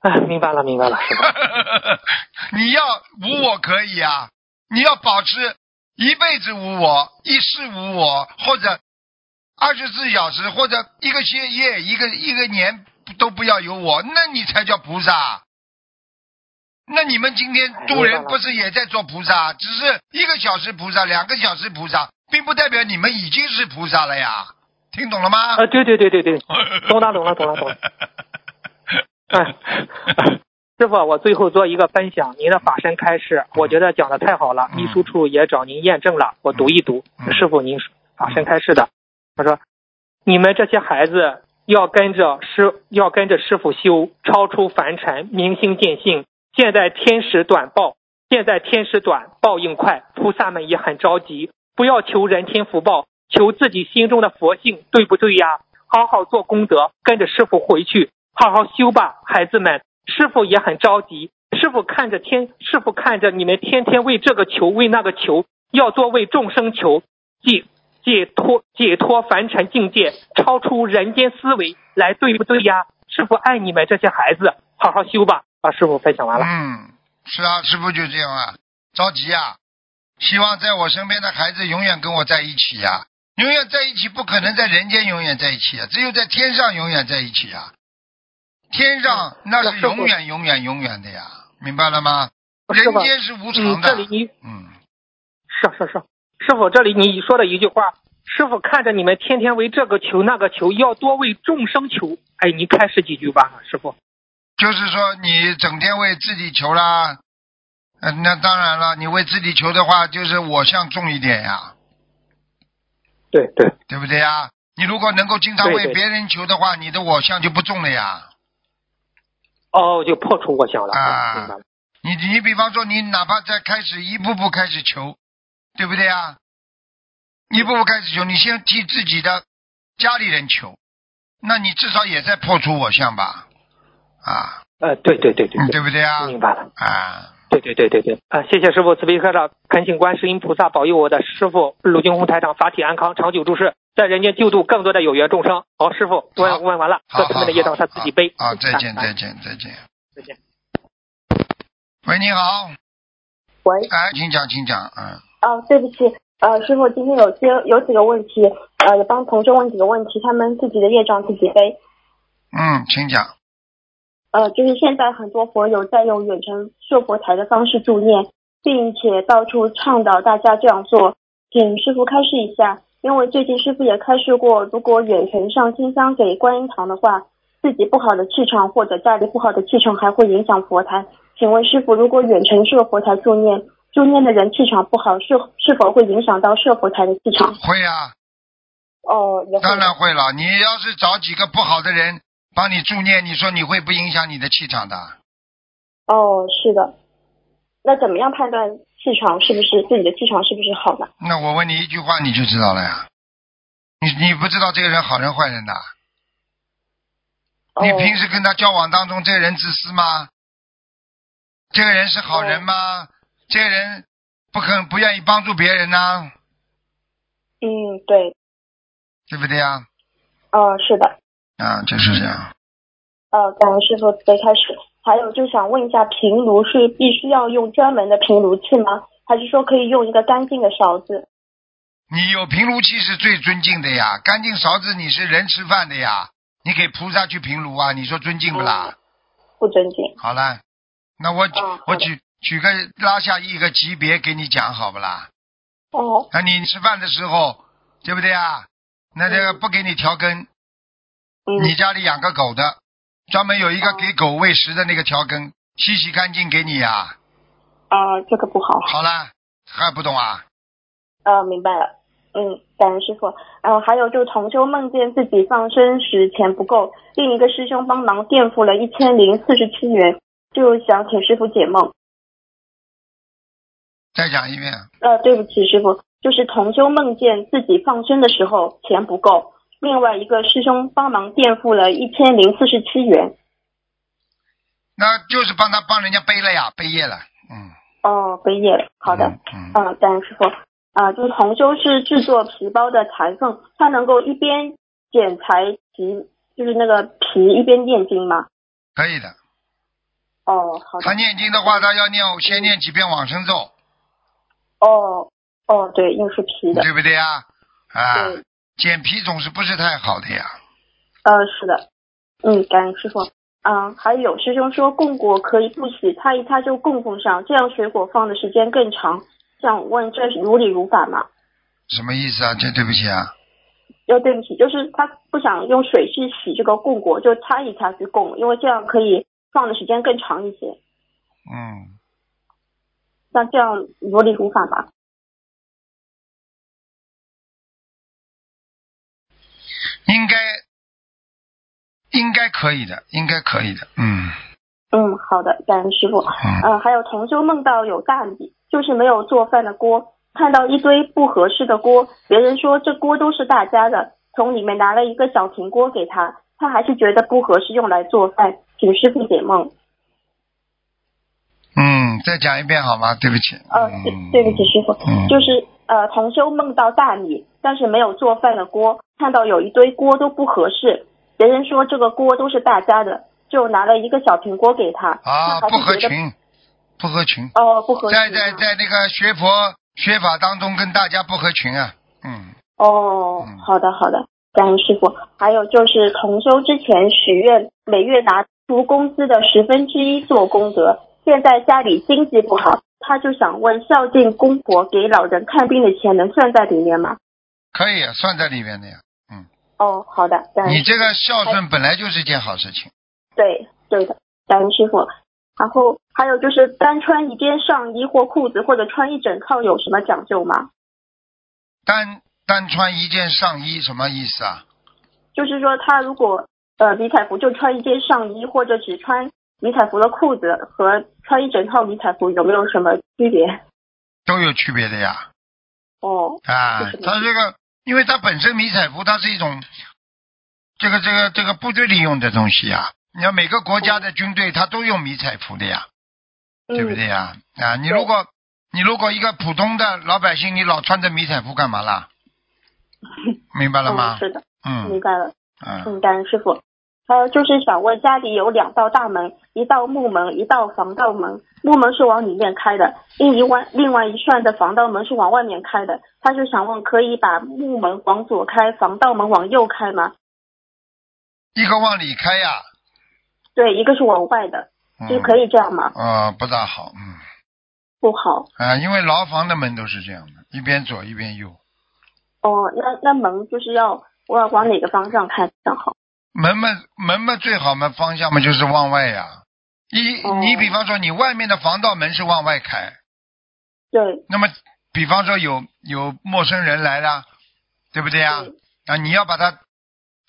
S5: 哎，明白了明白了，师傅。
S2: 你要无我可以啊，你要保持一辈子无我，一世无我，或者二十四小时，或者一个月月，一个一个年都不要有我，那你才叫菩萨。那你们今天度
S5: 明白
S2: 人
S5: 了
S2: 不是也在做菩萨？只是一个小时菩萨，两个小时菩萨，并不代表你们已经是菩萨了呀。听懂了吗？
S5: 啊，对对对对对，呃懂了懂了懂了懂 了。哎，师傅，我最后做一个分享，您的法身开示，我觉得讲的太好了，
S2: 嗯
S5: 秘书处也找您验证了，我读一读
S2: 嗯，
S5: 师傅您法身开示的，他说，你们这些孩子要跟着师，要跟着师傅修，超出凡尘，明心见性。现在天时短报，现在天时短，报应快，菩萨们也很着急，不要求人天福报，求自己心中的佛性，对不对呀？好好做功德，跟着师傅回去，好好修吧，孩子们。师傅也很着急，师傅看着天，师傅看着你们天天为这个求，为那个求，要做为众生求，解解脱解脱凡尘境界，超出人间思维来，对不对呀？师傅爱你们这些孩子，好好修吧。啊，师傅分享完了。
S2: 嗯，是啊，师傅就这样啊，着急啊，希望在我身边的孩子永远跟我在一起呀、永远在一起不可能在人间永远在一起啊，只有在天上永远在一起啊。天上那
S5: 嗯那
S2: 是
S5: 师傅
S2: 永远永远永远的呀，明白了吗？
S5: 师
S2: 人
S5: 傅，
S2: 间是无
S5: 你
S2: 常
S5: 这
S2: 的
S5: 里，你
S2: 嗯，
S5: 是是是，师傅，这里你说的一句话，师傅看着你们天天为这个求那个求，要多为众生求。哎，你开始几句吧，师傅。
S2: 就是说你整天为自己求啦，嗯、那当然了，你为自己求的话，就是我相重一点呀、
S5: 对对，
S2: 对不对呀？你如果能够经常
S5: 对
S2: 为
S5: 对
S2: 别人求的话，你的我相就不重了呀。
S5: 哦，就破除我想了，
S2: 啊
S5: 明白了。
S2: 你你比方说，你哪怕在开始一步步开始求，对不对啊？一步步开始求，你先替自己的家里人求，那你至少也在破除我相吧？啊，
S5: 呃，对对对对
S2: 嗯
S5: 对，
S2: 对不对啊？
S5: 明白了。
S2: 啊，
S5: 对对对对对，啊，谢谢师傅慈悲开导，恳请观世音菩萨保佑我的师傅鲁金红台长法体安康，长久住世，在人间救度更多的有缘众生。好，师傅
S2: 好
S5: 问问完了，
S2: 好
S5: 各
S2: 好
S5: 他们的业障他自己背。啊
S2: 好，好啊再见，
S5: 拜拜
S2: 再见，再见。
S5: 再见。
S2: 喂，你好，
S3: 喂，
S2: 哎，请讲，请讲，嗯，
S3: 啊，对不起，呃，师傅，今天有些有几个问题，呃，也帮同学问几个问题，他们自己的业障自己背。
S2: 嗯，请讲，
S3: 呃，就是现在很多佛友在用远程设佛台的方式助念，并且到处倡导大家这样做，请师傅开示一下。因为最近师傅也开示过，如果远程上清香给观音堂的话，自己不好的气场或者家里不好的气场还会影响佛台。请问师傅，如果远程设佛台助念，助念的人气场不好，是是否会影响到设佛台的气场？
S2: 会啊，
S3: 哦，也会
S2: 当然会了。你要是找几个不好的人帮你助念，你说你会不影响你的气场的？
S3: 哦，是的。那怎么样判断气场是不是自己的气场是不是好呢？
S2: 那我问你一句话，你就知道了呀。你你不知道这个人好人坏人的，
S3: 哦
S2: 你平时跟他交往当中，这个人自私吗？这个人是好人吗？这个人不肯不愿意帮助别人呢、
S3: 嗯，对，
S2: 对不对呀？
S3: 呃，是的，
S2: 啊，就是这样。
S3: 呃，感恩师傅慈悲开始。还有就想问一下，平炉是必须要用专门的平炉器吗？还是说可以用一个干净的勺子？
S2: 你有平炉器是最尊敬的呀，干净勺子你是人吃饭的呀，你给菩萨去平炉啊，你说尊敬不啦？
S3: 不尊敬。
S2: 好了，那我举、
S3: 嗯好的
S2: 我举举个拉下一个级别给你讲好不啦？
S3: 哦，
S2: 那你吃饭的时候，对不对啊？那这个不给你调羹，
S3: 嗯
S2: 你家里养个狗的，专门有一个给狗喂食的那个调羹，洗洗干净给你呀、
S3: 啊、这个不好。
S2: 好啦，还不懂啊？
S3: 呃，明白了。嗯，感恩师傅。呃，还有就是同修梦见自己放生时钱不够，另一个师兄帮忙垫付了一千零四十七元，就想请师傅解梦。
S2: 再讲一遍，
S3: 呃，对不起，师傅，就是同修梦见自己放生的时候钱不够，另外一个师兄帮忙垫付了一千零四十七元。
S2: 那就是帮他帮人家背了呀，背业了，嗯。
S3: 哦，背业了。好的。
S2: 嗯，嗯
S3: 嗯，感恩师傅。啊，就是红修是制作皮包的裁缝，他能够一边剪裁皮，就是那个皮一边念经吗？
S2: 可以的。
S3: 哦，好的
S2: 他。念经的话，他要念
S3: 嗯
S2: 先念几遍往生咒，
S3: 哦哦，对，又是皮的。
S2: 对不对呀？啊
S3: 对，
S2: 剪皮总是不是太好的呀？
S3: 呃，是的。嗯，感恩师傅。嗯，还有师兄说供果可以不洗，擦一擦就供奉上，这样水果放的时间更长。想问这是如理如法吗？
S2: 什么意思啊？这对不起啊。
S3: 又对不起，就是他不想用水去洗这个供果，就擦一擦去供，因为这样可以放的时间更长一些。
S2: 嗯，
S3: 那这样如理如法吧。
S2: 应该应该可以的，应该可以的。嗯
S3: 嗯，好的，感恩师傅。
S2: 嗯，
S3: 呃，还有同修梦到有大米，就是没有做饭的锅，看到一堆不合适的锅，别人说这锅都是大家的，从里面拿了一个小平锅给他，他还是觉得不合适用来做饭，请师傅解梦。
S2: 嗯，再讲一遍好吗？对不起。
S3: 呃，对
S2: 嗯，
S3: 对不起，师傅，
S2: 嗯
S3: 就是呃，同修梦到大米，但是没有做饭的锅，看到有一堆锅都不合适，别人说这个锅都是大家的，就拿了一个小平锅给他，
S2: 啊，
S3: 他
S2: 不
S3: 还
S2: 合
S3: 是觉得
S2: 群，不合群，
S3: 哦不合适，
S2: 在在在那个学佛学法当中跟大家不合群啊。嗯，
S3: 哦
S2: 嗯，
S3: 好的好的，感恩师傅。还有就是同修之前许愿，每月拿出工资的十分之一做功德，现在家里经济不好，他就想问孝敬公婆给老人看病的钱能算在里面吗？
S2: 可以啊算在里面的呀。
S3: 哦，好的，感恩
S2: 你这个孝顺本来就是一件好事情。
S3: 对对的，感恩师傅。然后还有就是单穿一件上衣或裤子，或者穿一整套有什么讲究吗？
S2: 单单穿一件上衣什么意思啊？
S3: 就是说他如果呃迷彩服就穿一件上衣，或者只穿迷彩服的裤子和穿一整套迷彩服有没有什么区别？
S2: 都有区别的呀。
S3: 哦
S2: 啊
S3: 是什，么
S2: 它这个，因为它本身迷彩服它是一种，这个这个这个部队里用的东西呀、你看每个国家的军队它都用迷彩服的呀，
S3: 嗯
S2: 对不对呀？啊，你如果你如果一个普通的老百姓，你老穿着迷彩服干嘛啦？明白了
S3: 嗯，
S2: 吗？
S3: 是的，明
S2: 嗯
S3: 白了。
S2: 嗯，
S3: 嗯，感恩师傅。还有就是想问，家里有两道大门，一道木门，一道防盗门。木门是往里面开的，另一弯另外一扇的防盗门是往外面开的。他就想问，可以把木门往左开，防盗门往右开吗？
S2: 一个往里开呀、
S3: 对，一个是往外的，
S2: 嗯，
S3: 就是可以这样吗？
S2: 呃，不大好，嗯
S3: 不好
S2: 啊，因为牢房的门都是这样的，一边左一边右，
S3: 哦，那那门就是要我要往哪个方向开比较好？
S2: 门嘛，门嘛，最好嘛，方向嘛就是往外呀、一
S3: 哦
S2: 你比方说，你外面的防盗门是往外开，
S3: 对，
S2: 那么比方说有有陌生人来了，对不对呀？
S3: 对
S2: 啊，你要把他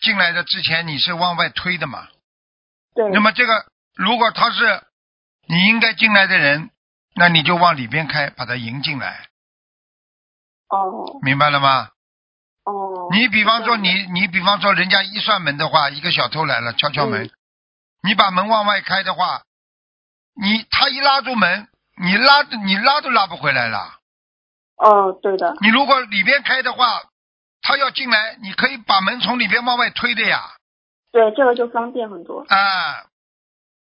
S2: 进来的之前，你是往外推的嘛。
S3: 对，
S2: 那么这个如果他是你应该进来的人，那你就往里边开，把他迎进来，
S3: 哦
S2: 明白了吗？
S3: 哦，
S2: 你比方说
S3: 这样
S2: 你你比方说人家一扇门的话，一个小偷来了敲敲门，
S3: 嗯
S2: 你把门往外开的话，你他一拉住门，你拉你拉都拉不回来了。
S3: 哦，对的，
S2: 你如果里边开的话，他要进来，你可以把门从里边往外推的呀。
S3: 对，这个就方便很多。
S2: 啊，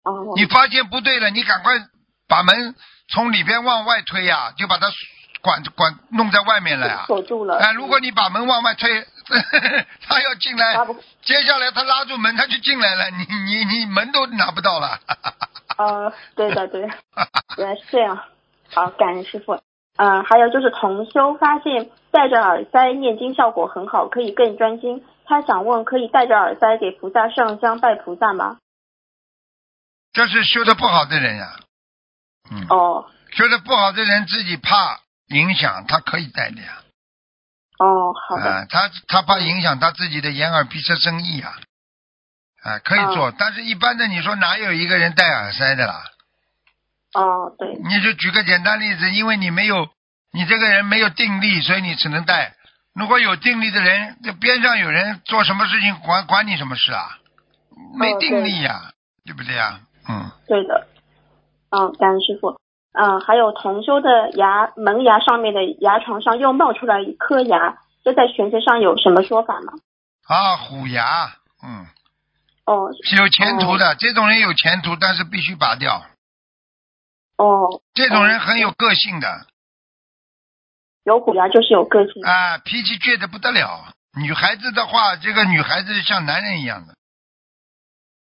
S3: 哦，
S2: 你发现不对了，你赶快把门从里边往外推呀，就把它管管弄在外面了呀。
S3: 锁住了。
S2: 啊，如果你把门往外推， 他要进来
S3: 拉，嗯不
S2: 接下来他拉住门，他就进来了，你你你门都拿不到了。
S3: 呃，对的对的，原来是这样。好，感恩师傅。啊、嗯、还有就是同修发现戴着耳塞念经效果很好，可以更专心。他想问，可以戴着耳塞给菩萨上香拜菩萨吗？
S2: 这是修的不好的人呀、嗯，
S3: 哦
S2: 修的不好的人自己怕影响，他可以带的呀，
S3: 哦，好的，
S2: 啊，他他怕影响他自己的眼耳鼻舌生意啊，啊，可以做，但是一般的你说哪有一个人戴耳塞的啦？
S3: 哦对，
S2: 你就举个简单例子，因为你没有，你这个人没有定力，所以你只能带。如果有定力的人，这边上有人做什么事情，管管你什么事啊？
S3: 哦
S2: 没定力呀、对不对呀、嗯，
S3: 对的，嗯，感恩师傅。嗯，还有同修的牙门牙上面的牙床上又冒出来一颗牙，这在玄学上有什么说法吗？
S2: 啊，虎牙，嗯，
S3: 哦
S2: 是有前途的。这种人有前途，但是必须拔掉。
S3: 哦，
S2: 这种人很有个性的，
S3: 有骨牙就是有个性。
S2: 啊，脾气倔得不得了。女孩子的话，这个女孩子像男人一样的，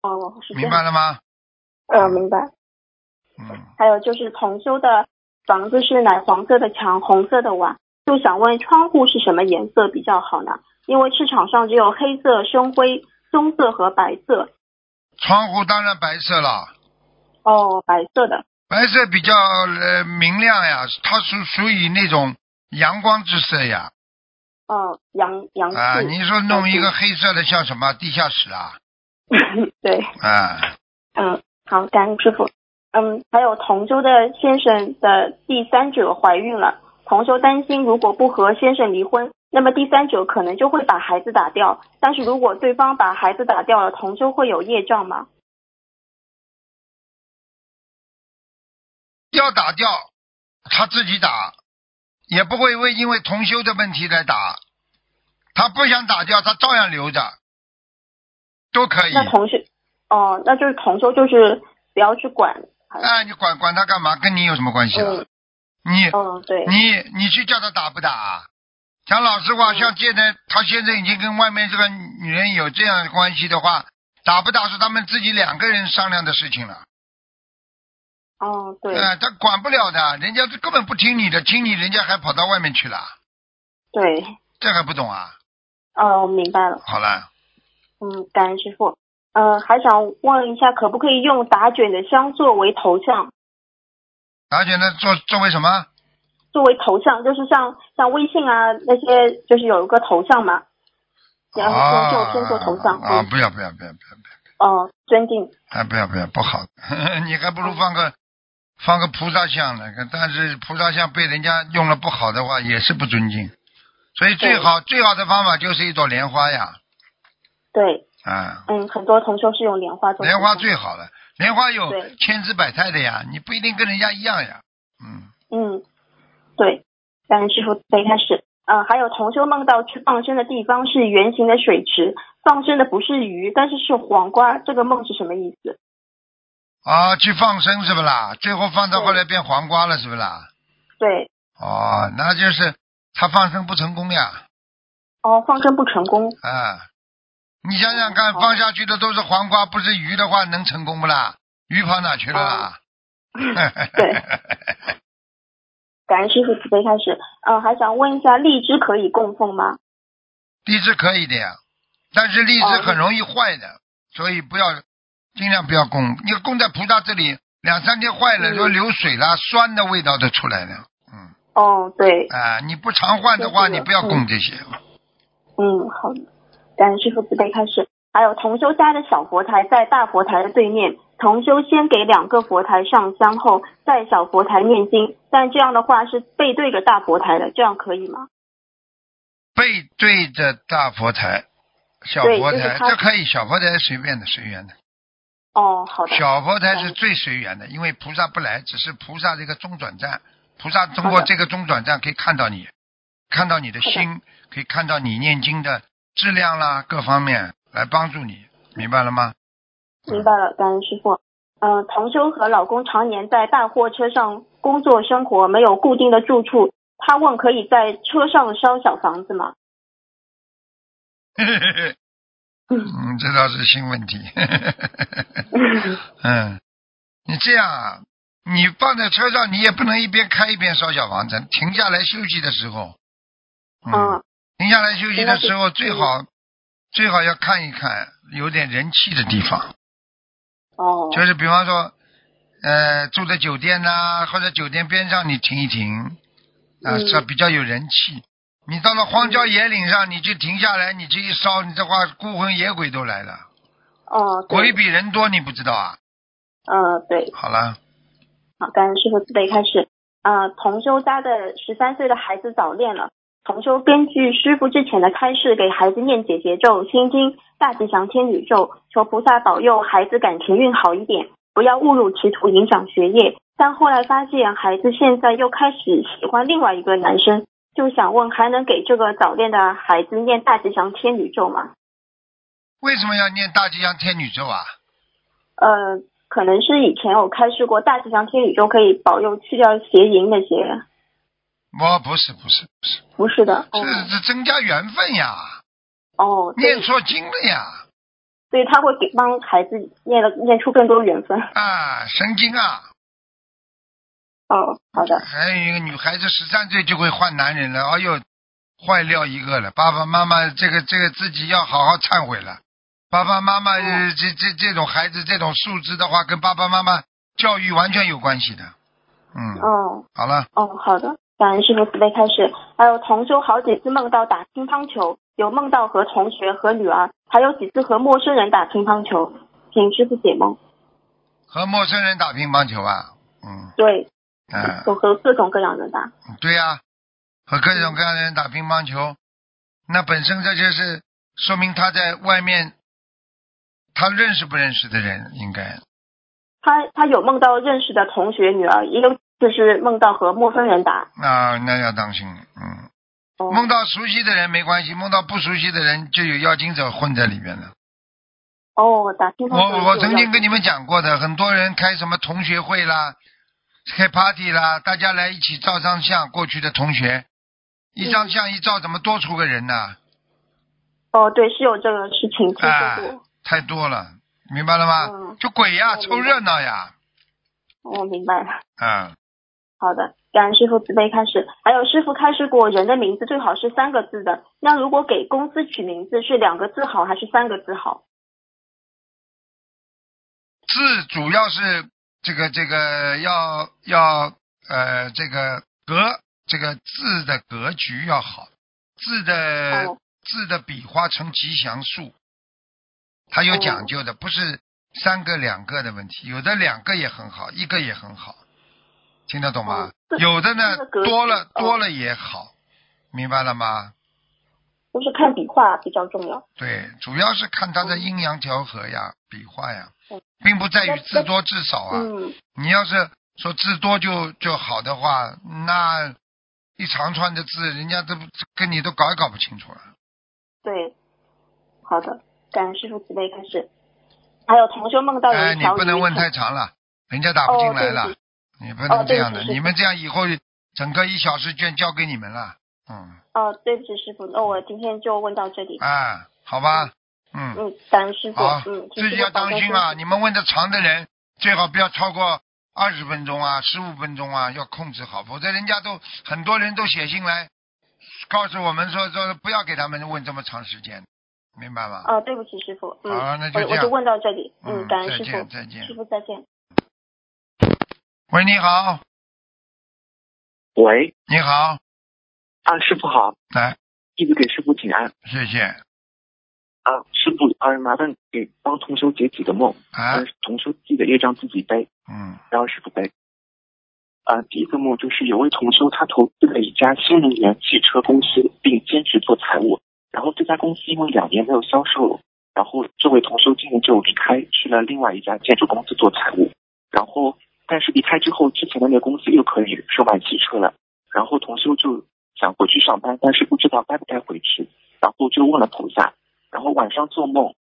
S3: 哦，是这
S2: 明
S3: 样。
S2: 白了吗？
S3: 嗯，明白。
S2: 嗯，
S3: 还有就是同修的房子是奶黄色的墙，红色的瓦，就想问窗户是什么颜色比较好呢？因为市场上只有黑色、深灰、棕色和白色。
S2: 窗户当然白色了，
S3: 哦，白色的。
S2: 白色比较呃明亮呀，它属属于那种阳光之色呀。
S3: 哦，阳阳气。
S2: 啊，你说弄一个黑色的像什么地下室啊？
S3: 对，
S2: 啊，
S3: 嗯，好，感恩师傅。嗯，还有同修的先生的第三者怀孕了，同修担心如果不和先生离婚，那么第三者可能就会把孩子打掉。但是如果对方把孩子打掉了，同修会有业障吗？
S2: 要打掉，他自己打，也不会为因为同修的问题来打。他不想打掉，他照样留着，都可以。
S3: 那同修，哦，那就是同修就是不要去管。
S2: 哎，你管管他干嘛？跟你有什么关系啊？哎
S3: 嗯
S2: 你
S3: 嗯，对，
S2: 你你去叫他打不打、啊？讲老实话，
S3: 嗯
S2: 像现在他现在已经跟外面这个女人有这样的关系的话，打不打是他们自己两个人商量的事情了。
S3: 哦对
S2: 哎、他管不了的，人家是根本不听你的，听你人家还跑到外面去了，
S3: 对，
S2: 这还不懂啊？
S3: 哦，明白了。
S2: 好了，
S3: 嗯，感恩师傅。嗯，还想问一下，可不可以用打卷的香作为头像？
S2: 而且呢，作作为什么？
S3: 作为头像，就是像像微信啊那些，就是有一个头像嘛，然后
S2: 啊
S3: 用这种天做头像，
S2: 啊！
S3: 嗯
S2: 不要不要不要不要不要！
S3: 哦，尊敬，
S2: 哎，不要不要，不好， 你还不如放个放个菩萨像呢。但是菩萨像被人家用了不好的话，也是不尊敬。所以最好最好的方法就是一朵莲花呀，
S3: 对，
S2: 啊，
S3: 嗯，很多同修是用莲花做头
S2: 莲花
S3: 像，
S2: 最好了。莲花有
S3: 对
S2: 千姿百态的呀，你不一定跟人家一样呀。嗯，
S3: 嗯，对，感恩师傅最开始，嗯，还有同修梦到去放生的地方是圆形的水池，放生的不是鱼，但是是黄瓜，这个梦是什么意思？
S2: 啊，去放生是不啦？最后放到
S3: 对
S2: 后来变黄瓜了是不啦？
S3: 对，
S2: 哦，那就是他放生不成功呀，
S3: 哦，放生不成功，
S2: 啊。你想想看，
S3: 哦
S2: 放下去的都是黄瓜，不是鱼的话，能成功不啦？鱼跑哪去了啊啦？
S3: 哦 对，感恩师傅慈悲开始，嗯，还想问一下，荔枝可以供奉吗？
S2: 荔枝可以的呀，但是荔枝
S3: 哦
S2: 很容易坏的，所以不要尽量不要供。你供在菩萨这里两三天坏了，
S3: 嗯
S2: 说流水啦、酸的味道都出来了。嗯
S3: 哦，对，
S2: 啊、你不常换的话，
S3: 对对
S2: 你不要供这些。
S3: 嗯，好的，感恩师傅慈悲开始。还有同修家的小佛台在大佛台的对面，同修先给两个佛台上香后，在小佛台念经，但这样的话是背对着大佛台的，这样可以吗？
S2: 背对着大佛台、小
S3: 对
S2: 佛
S3: 就是
S2: 台，
S3: 它
S2: 这可以。小佛台随便的、随缘的。
S3: 哦，好的，
S2: 小佛台是啊
S3: 嗯
S2: 最随缘的，因为菩萨不来，只是菩萨这个中转站，菩萨通
S3: 好
S2: 过
S3: 的
S2: 这个中转站可以看到你，看到你的
S3: 好的
S2: 心，可以看到你念经的质量啦，各方面来帮助你，明白了吗？
S3: 明白了，感恩师傅。嗯、同修和老公常年在大货车上工作生活，没有固定的住处。他问可以在车上烧小房子吗？
S2: 嗯，这 倒是新问题。嗯，你这样啊，你放在车上，你也不能一边开一边烧小房子，停下来休息的时候，嗯，
S3: 嗯，
S2: 停下来休息的时候最好最好要看一看有点人气的地方，
S3: 哦，
S2: 就是比方说，呃，住的酒店呐、或者酒店边上你停一停，啊、
S3: 嗯
S2: 这比较有人气。你到了荒郊野岭上，你就停下来，你就一烧，你这话孤魂野鬼都来了，
S3: 哦，对
S2: 鬼比人多，你不知道啊？
S3: 嗯，对，
S2: 好了。
S3: 好，感恩师傅慈悲开始。呃，同修家的十三岁的孩子早恋了。同修根据师傅之前的开示，给孩子念解结咒、心经、大吉祥天女咒，求菩萨保佑孩子感情运好一点，不要误入歧途，影响学业。但后来发现孩子现在又开始喜欢另外一个男生，就想问，还能给这个早恋的孩子念大吉祥天女咒吗？
S2: 为什么要念大吉祥天女咒啊？
S3: 呃，可能是以前我开示过，大吉祥天女咒可以保佑去掉邪淫那些，
S2: 我哦不是不是不是，
S3: 不是的。哦
S2: 这这增加缘分呀，
S3: 哦，对
S2: 念错经了呀，
S3: 所以他会给帮孩子念了念出更多缘分。
S2: 啊，神经啊！
S3: 哦，好的，
S2: 还有一个女孩子十三岁就会换男人了，哎呦，坏掉一个了。爸爸妈妈这个这个自己要好好忏悔了。爸爸妈妈、呃这这这种孩子这种素质的话，跟爸爸妈妈教育完全有关系的。嗯，
S3: 哦
S2: 好了，
S3: 哦，好的，感恩师傅慈悲开始。还有同修好几次梦到打乒乓球，有梦到和同学和女儿，还有几次和陌生人打乒乓球，请师傅解梦。
S2: 和陌生人打乒乓球啊，嗯，
S3: 对，
S2: 啊，
S3: 有和各种各样的打。
S2: 对呀、和各种各样的人打乒乓球，那本身这就是说明他在外面，他认识不认识的人应该
S3: 他他有梦到认识的同学女儿，也有就是梦到和陌生人打。
S2: 啊，那要当心，嗯，
S3: 哦、
S2: 梦到熟悉的人没关系，梦到不熟悉的人就有妖精者混在里面了。
S3: 哦，打乒乓球
S2: 我我
S3: 是有
S2: 曾经
S3: 要
S2: 跟你们讲过的，很多人开什么同学会啦，开 party 啦，大家来一起照张相，过去的同学，一张相一照，怎么多出个人呢、
S3: 哦，对，是有这个事情听
S2: 哎
S3: 说过。
S2: 太多了，明白了吗
S3: 嗯？
S2: 就鬼呀，
S3: 我明白
S2: 凑热闹呀，
S3: 我、哦明白了。
S2: 嗯，
S3: 好的，感恩师傅慈悲开始。还有师傅开示过，人的名字最好是三个字的。那如果给公司取名字，是两个字好还是三个字好？
S2: 字主要是这个这个要要呃这个格这个字的格局要好，字的、
S3: 哦
S2: 字的笔画成吉祥数，它有讲究
S3: 哦
S2: 的，不是三个两个的问题，有的两个也很好，一个也很好，听得懂吗？
S3: 哦这
S2: 有的呢
S3: 这个格局
S2: 多了
S3: 哦
S2: 多了也好，明白了吗？
S3: 就是看笔画比较重要。
S2: 对，主要是看它的
S3: 嗯
S2: 阴阳调和呀、笔画呀
S3: 嗯，
S2: 并不在
S3: 那
S2: 于字多字少啊。
S3: 嗯，
S2: 你要是说字多就就好的话，那一长串的字，人家都不跟你都搞也搞不清楚了。
S3: 对。好的，感恩师傅慈悲开始。还有同修梦到有
S2: 哎，
S3: 哦一
S2: 你
S3: 条鱼，
S2: 不能问太长了，人家打不进来了，
S3: 哦
S2: 你不
S3: 哦
S2: 能这
S3: 对
S2: 样
S3: 不
S2: 的，
S3: 起
S2: 你们这样以后整个一小时卷交给你们了。嗯，
S3: 哦，对不起师傅，那我今天就问到这里。
S2: 哎，好吧，嗯
S3: 嗯，感恩师傅
S2: 好，，
S3: 嗯，
S2: 自
S3: 请师
S2: 己
S3: 傅
S2: 要
S3: 保
S2: 当
S3: 重
S2: 心啊！你们问的长的人，最好不要超过二十分钟啊，十五分钟啊，要控制好，否则人家都很多人都写信来，告诉我们说说不要给他们问这么长时间，明白吗？
S3: 哦，对不起师傅，嗯，
S2: 好那就
S3: 我
S2: 这
S3: 我
S2: 样
S3: 就问到这里，
S2: 嗯
S3: 感恩
S2: 再
S3: 师
S2: 见
S3: 傅，
S2: 再见
S3: 师傅再见。
S2: 喂，你好，
S6: 喂，
S2: 你好，
S6: 啊，师傅好，
S2: 来，
S6: 弟子给师傅请安
S2: 谢谢
S6: 啊，师傅啊，麻烦给帮同修解几个梦，
S2: 啊
S6: 啊，，同修记得业障自己背，
S2: 嗯
S6: 然后师傅背。啊，第一个梦就是有位同修他投资了一家新能源汽车公司，并兼职做财务，然后这家公司因为两年没有销售，然后这位同修今年就离开，去了另外一家建筑公司做财务，然后但是离开之后，之前的那个公司又可以售卖汽车了，然后同修就想回去上班，但是不知道该不该回去，然后就问了菩萨，然后晚上做梦，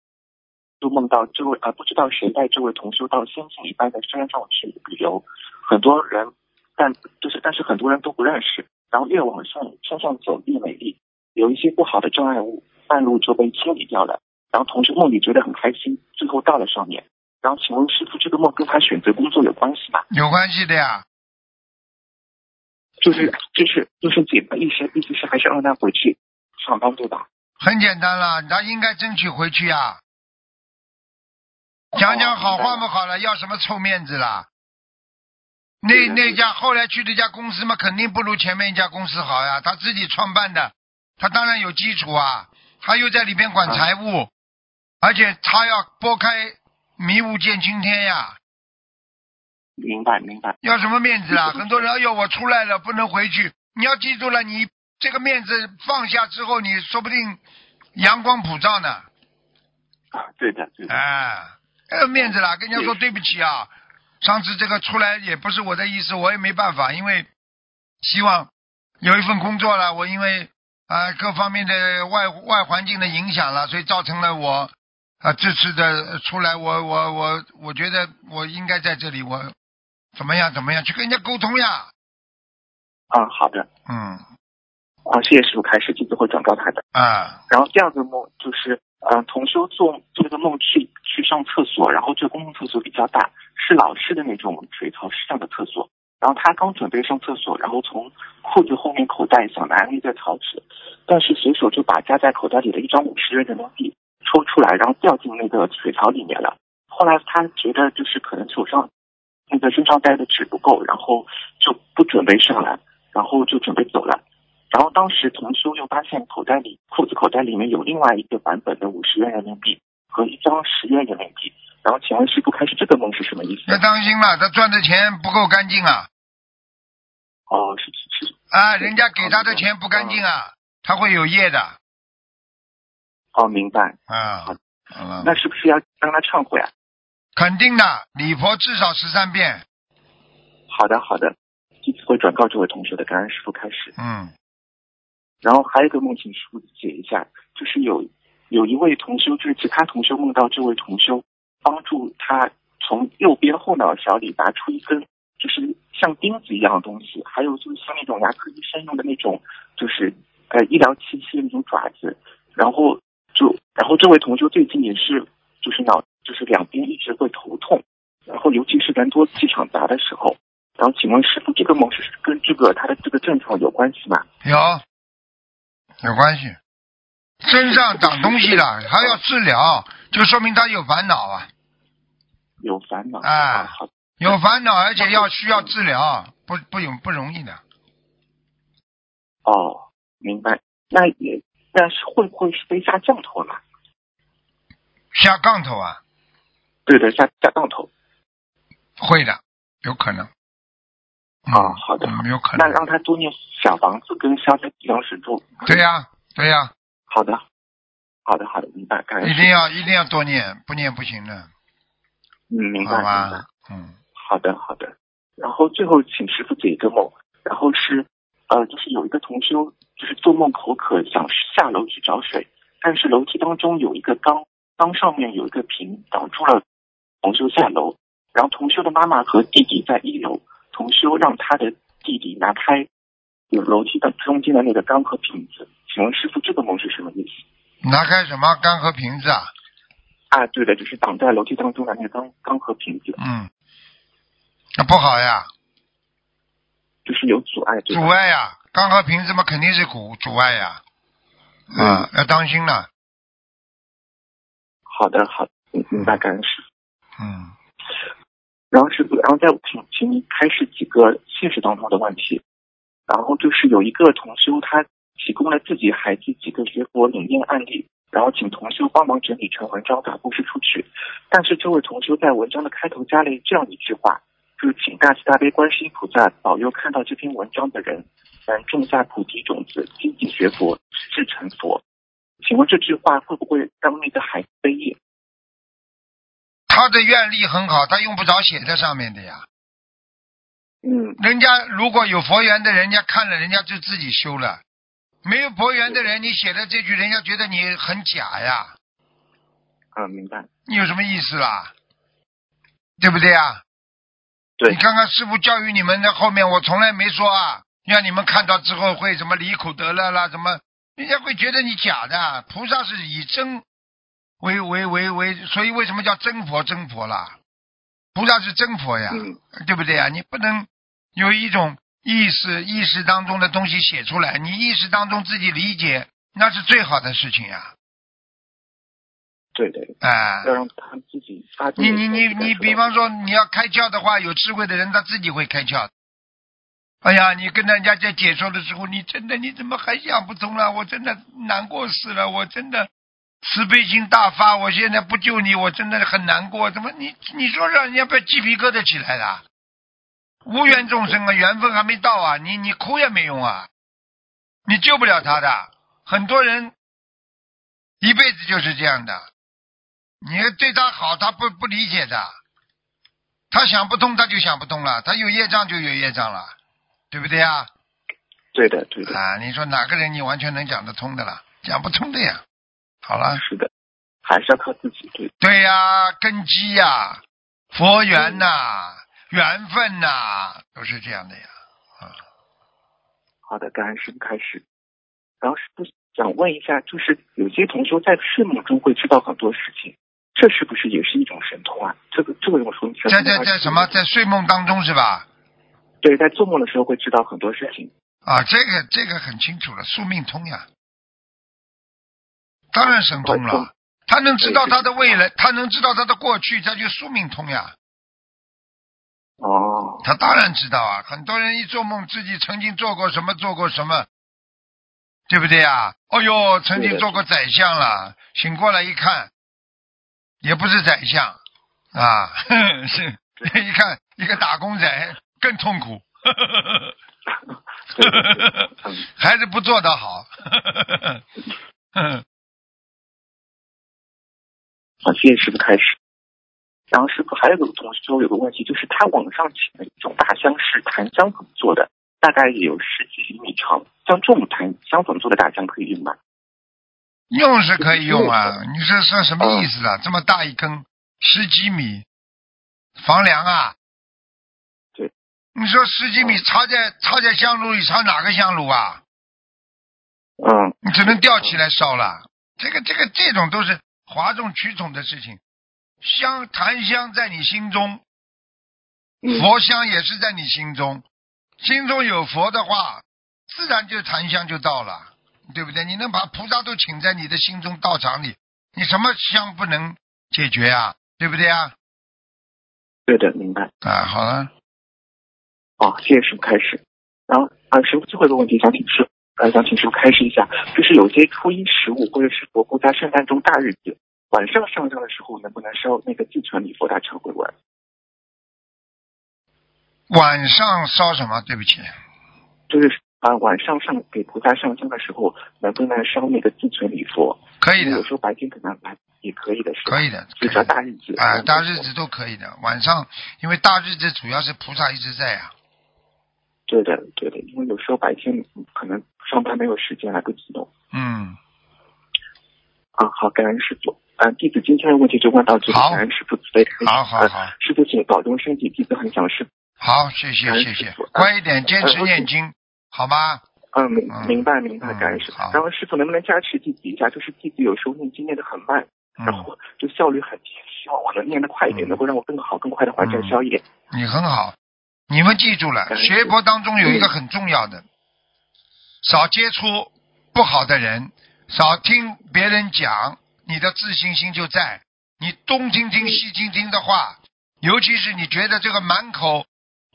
S6: 就梦到这位啊、呃不知道谁带这位同修到仙境一般的山上去旅游，很多人，但就是但是很多人都不认识，然后越往上山上走越美丽，有一些不好的障碍物半路就被清理掉了，然后同修梦里觉得很开心，最后到了上面。然后请问师傅，这个梦跟他选择工作有关系吗？
S2: 有关系的呀。
S6: 就是就是就是解他一生，意思是还是让他回去上班对吧？
S2: 很简单了，他应该争取回去呀。
S6: 哦
S2: 讲讲好话嘛，好了，要什么臭面子啦？那
S6: 对的
S2: 那
S6: 对的
S2: 家后来去那家公司嘛，肯定不如前面一家公司好呀。他自己创办的，他当然有基础啊。他又在里边管财务，
S6: 啊
S2: 而且他要拨开迷雾见青天呀，
S6: 明白明白，
S2: 要什么面子啦？
S6: 是的
S2: 很多人哎呦，我出来了不能回去。你要记住了，你这个面子放下之后，你说不定阳光普照呢。
S6: 啊对的对的，
S2: 哎，还有面子啦，跟人家说对
S6: 对
S2: 不起啊，上次这个出来也不是我的意思，我也没办法，因为希望有一份工作了，我因为啊、呃各方面的外外环境的影响了，所以造成了我啊、呃这次的出来，我我我我觉得我应该在这里，我怎么样怎么样去跟人家沟通呀，
S6: 啊好的，
S2: 嗯
S6: 啊谢谢师傅开始，弟子会转告他的。
S2: 啊
S6: 然后第二个梦就是，呃，同修做做个梦去去上厕所，然后这个公共厕所比较大，是老式的那种水槽式样的厕所。然后他刚准备上厕所，然后从裤子后面口袋想拿那个草纸，但是随手就把夹在口袋里的一张五十元人民币抽出来，然后掉进那个水槽里面了。后来他觉得就是可能手上那个身上带的纸不够，然后就不准备上来，然后就准备走了。然后当时同修又发现口袋里裤子口袋里面有另外一个版本的五十元人民币和一张十元人民币。然后请问师傅，开始这个梦是什么意思？
S2: 要当心了，他赚的钱不够干净啊，
S6: 哦，是是是，
S2: 啊，人家给他的钱不干净啊，他会有业的，
S6: 哦，明白。
S2: 啊，好了。
S6: 那是不是要让他忏悔啊？
S2: 肯定的，礼佛至少十三遍。
S6: 好的，好的，弟子会转告这位同学的，感恩师傅开始。
S2: 嗯，
S6: 然后还有一个梦，请师傅解一下，就是有有一位同修，就是其他同修梦到这位同修帮助他从右边后脑勺里拿出一根就是像钉子一样的东西，还有就是像那种牙科医生用的那种就是呃医疗器械那种爪子，然后就然后这位同修最近也是就是脑就是两边一直会头痛，然后尤其是人多气场杂的时候。然后，请问师傅，这个梦是跟这个他的这个症状有关系吗？
S2: 有有关 系，身上长东西了，还要治疗，就说明他有烦恼啊，
S6: 有烦恼
S2: 啊
S6: 好，
S2: 有烦恼，而且要需要治疗，不不有不容易的。
S6: 哦，明白。那也，但是会不会是被下降头了？
S2: 下杠头啊，
S6: 对的，下下降头。
S2: 会的，有可能。嗯
S6: 啊好的
S2: 嗯有可
S6: 那
S2: 能。
S6: 让他多念小房子跟消灾吉祥神咒。
S2: 对呀、对呀、
S6: 好的，好的，好的，明白。感恩
S2: 一
S6: 师
S2: 定要一定要多念，不念不行的，
S6: 父，嗯，明白，
S2: 好
S6: 明白
S2: 吧。？嗯，
S6: 好的，好的。然后最后请师傅解一个梦，然后是呃，就是有一个同修就是做梦口渴，想下楼去找水，但是楼梯当中有一个缸，缸上面有一个瓶挡住了同修下楼，然后同修的妈妈和弟弟在一楼，同修让他的弟弟拿开有楼梯的中间的那个缸和瓶子。请问师傅，这个梦是什么意思？
S2: 拿开什么干和瓶子啊？
S6: 啊，对的，就是挡在楼梯当中的那个缸缸和瓶子，
S2: 嗯，那不好呀。
S6: 就是有阻碍，对吧
S2: 阻碍呀、刚和瓶子嘛肯定是阻阻碍呀、啊，要当心了，
S6: 好的，好的，明明白，感恩师傅。
S2: 嗯，
S6: 然后师傅，然后再请请你开始几个现实当中的问题。然后就是有一个同修，他提供了自己孩子几个学佛理念案例，然后请同修帮忙整理成文章，打故事出去。但是这位同修在文章的开头加了这样一句话，就是请大慈大悲观世音菩萨保佑看到这篇文章的人，能种下菩提种子，积极学佛，直至成佛。请问这句话会不会让那个孩子悲业？
S2: 他的愿力很好，他用不着写在上面的呀。
S6: 嗯，
S2: 人家如果有佛缘的人家看了，人家就自己修了；没有佛缘的人，你写的这句，人家觉得你很假呀，
S6: 啊，明白。
S2: 你有什么意思啦？对不对啊？
S6: 对
S2: 你，看看师傅教育你们的后面，我从来没说啊，让你们看到之后会什么离苦得乐啦，什么人家会觉得你假的。菩萨是以真为为为为，所以为什么叫真佛真佛啦？菩萨是真佛呀，
S6: 嗯
S2: 对不对呀？你不能有一种意识意识当中的东西写出来，你意识当中自己理解，那是最好的事情呀、
S6: 对对，
S2: 哎、
S6: 要让他自己发自
S2: 你
S6: 内
S2: 你
S6: 心地
S2: 你
S6: 去感
S2: 你，
S6: 受
S2: 比
S6: 到
S2: 方说你要开窍的话，有智慧的人他自己会开窍的。哎呀，你跟人家在解说的时候，你真的你怎么还想不通啊了？我真的难过死了，我真的慈悲心大发，我现在不救你，我真的很难过。怎么你你说让人家不要鸡皮疙瘩起来了？无缘众生啊，缘分还没到啊，你你哭也没用啊，你救不了他的。很多人一辈子就是这样的，你对他好，他不不理解的，他想不通，他就想不通了，他有业障就有业障了，对不对呀？
S6: 对的对的，
S2: 啊，你说哪个人你完全能讲得通的啦？讲不通的呀。好了，
S6: 是的，还是要靠自己对。
S2: 对呀、根基呀、佛缘呐、缘分呐、都是这样的呀。
S6: 好的，感恩师傅开始。然后师傅想问一下，就是有些同修在睡梦中会知道很多事情，这是不是也是一种神通啊？这个这个我说明
S2: 在在在什么？在睡梦当中是吧？
S6: 对，在做梦的时候会知道很多事情。
S2: 啊，这个这个很清楚了，宿命通呀，当然神通
S6: 哦
S2: 了。他能知道他的未来，他能知道他的过去，他就宿命通呀。
S6: 哦，
S2: 他当然知道啊，很多人一做梦自己曾经做过什么，做过什么，对不对啊？哦呦，曾经做过宰相了，醒过来一看，也不是宰相啊， 是一看一个打工仔更痛苦，
S6: 对对对，嗯，
S2: 还是不做的好。 嗯
S6: 好，谢谢师傅开始。然后师傅还有个同修有个问题，就是他网上请了一种大香是檀香粉做的，大概也有十几厘米长，像这种檀香粉做的大香可以用吗？
S2: 用是可以用啊，你是说什么意思啊？这么大一根，十几米，房梁啊？
S6: 对。
S2: 你说十几米插在插在香炉里，插哪个香炉啊？
S6: 嗯，
S2: 你只能吊起来烧了。这个这个这种都是哗众取宠的事情。香檀香在你心中，佛香也是在你心中，心中有佛的话，自然就檀香就到了，对不对？你能把菩萨都请在你的心中道场里，你什么香不能解决啊？对不对啊？
S6: 对的，明白。
S2: 啊，好了，
S6: 哦，谢谢师傅开始。然后啊，师傅最后一个问题想请师，呃，想请师傅开示一下，就是有些初一十五或者是佛菩萨圣诞中大日子，晚上上香的时候能不能烧那个寄存礼佛大忏悔文？
S2: 晚上烧什么？对不起，
S6: 就是啊、晚上上给菩萨上香的时候能不能烧那个寄存礼佛？
S2: 可以
S6: 因为
S2: 的
S6: 有，时候白天可能还也可以的嗯是吧，
S2: 可以的，
S6: 就
S2: 可以
S6: 只要
S2: 的。
S6: 大日子
S2: 啊，大日子都可以的。晚上，因为大日子主要是菩萨一直在啊呀、
S6: 对的对的，因为有时候白天可能上班没有时间来不及弄
S2: 嗯，
S6: 啊。好，感恩师傅。啊，弟子今天的问题就问到这里，
S2: 好
S6: 感恩师傅慈悲开示。
S2: 好好
S6: 呃
S2: 好
S6: 师傅请保重身体，弟子很想师。
S2: 好，谢谢
S6: 嗯
S2: 谢谢
S6: 师傅，
S2: 乖一点，坚持念经，好吗？
S6: 嗯，明
S2: 嗯
S6: 明白明白，
S2: 嗯
S6: 感恩师傅
S2: 好。
S6: 然后师傅能不能加持弟子一下？就是弟子有时候念经念得很慢，然
S2: 嗯，
S6: 后就效率很低，希望我能念得快一点，
S2: 嗯
S6: 能够让我更好更快的完成
S2: 嗯
S6: 消业。
S2: 你很好，你们记住了，
S6: 感恩
S2: 学佛当中有一个很重要的，少接触不好的人，少听别人讲，你的自信心就在。你东听
S6: 嗯
S2: 听西听听的话，尤其是你觉得这个满口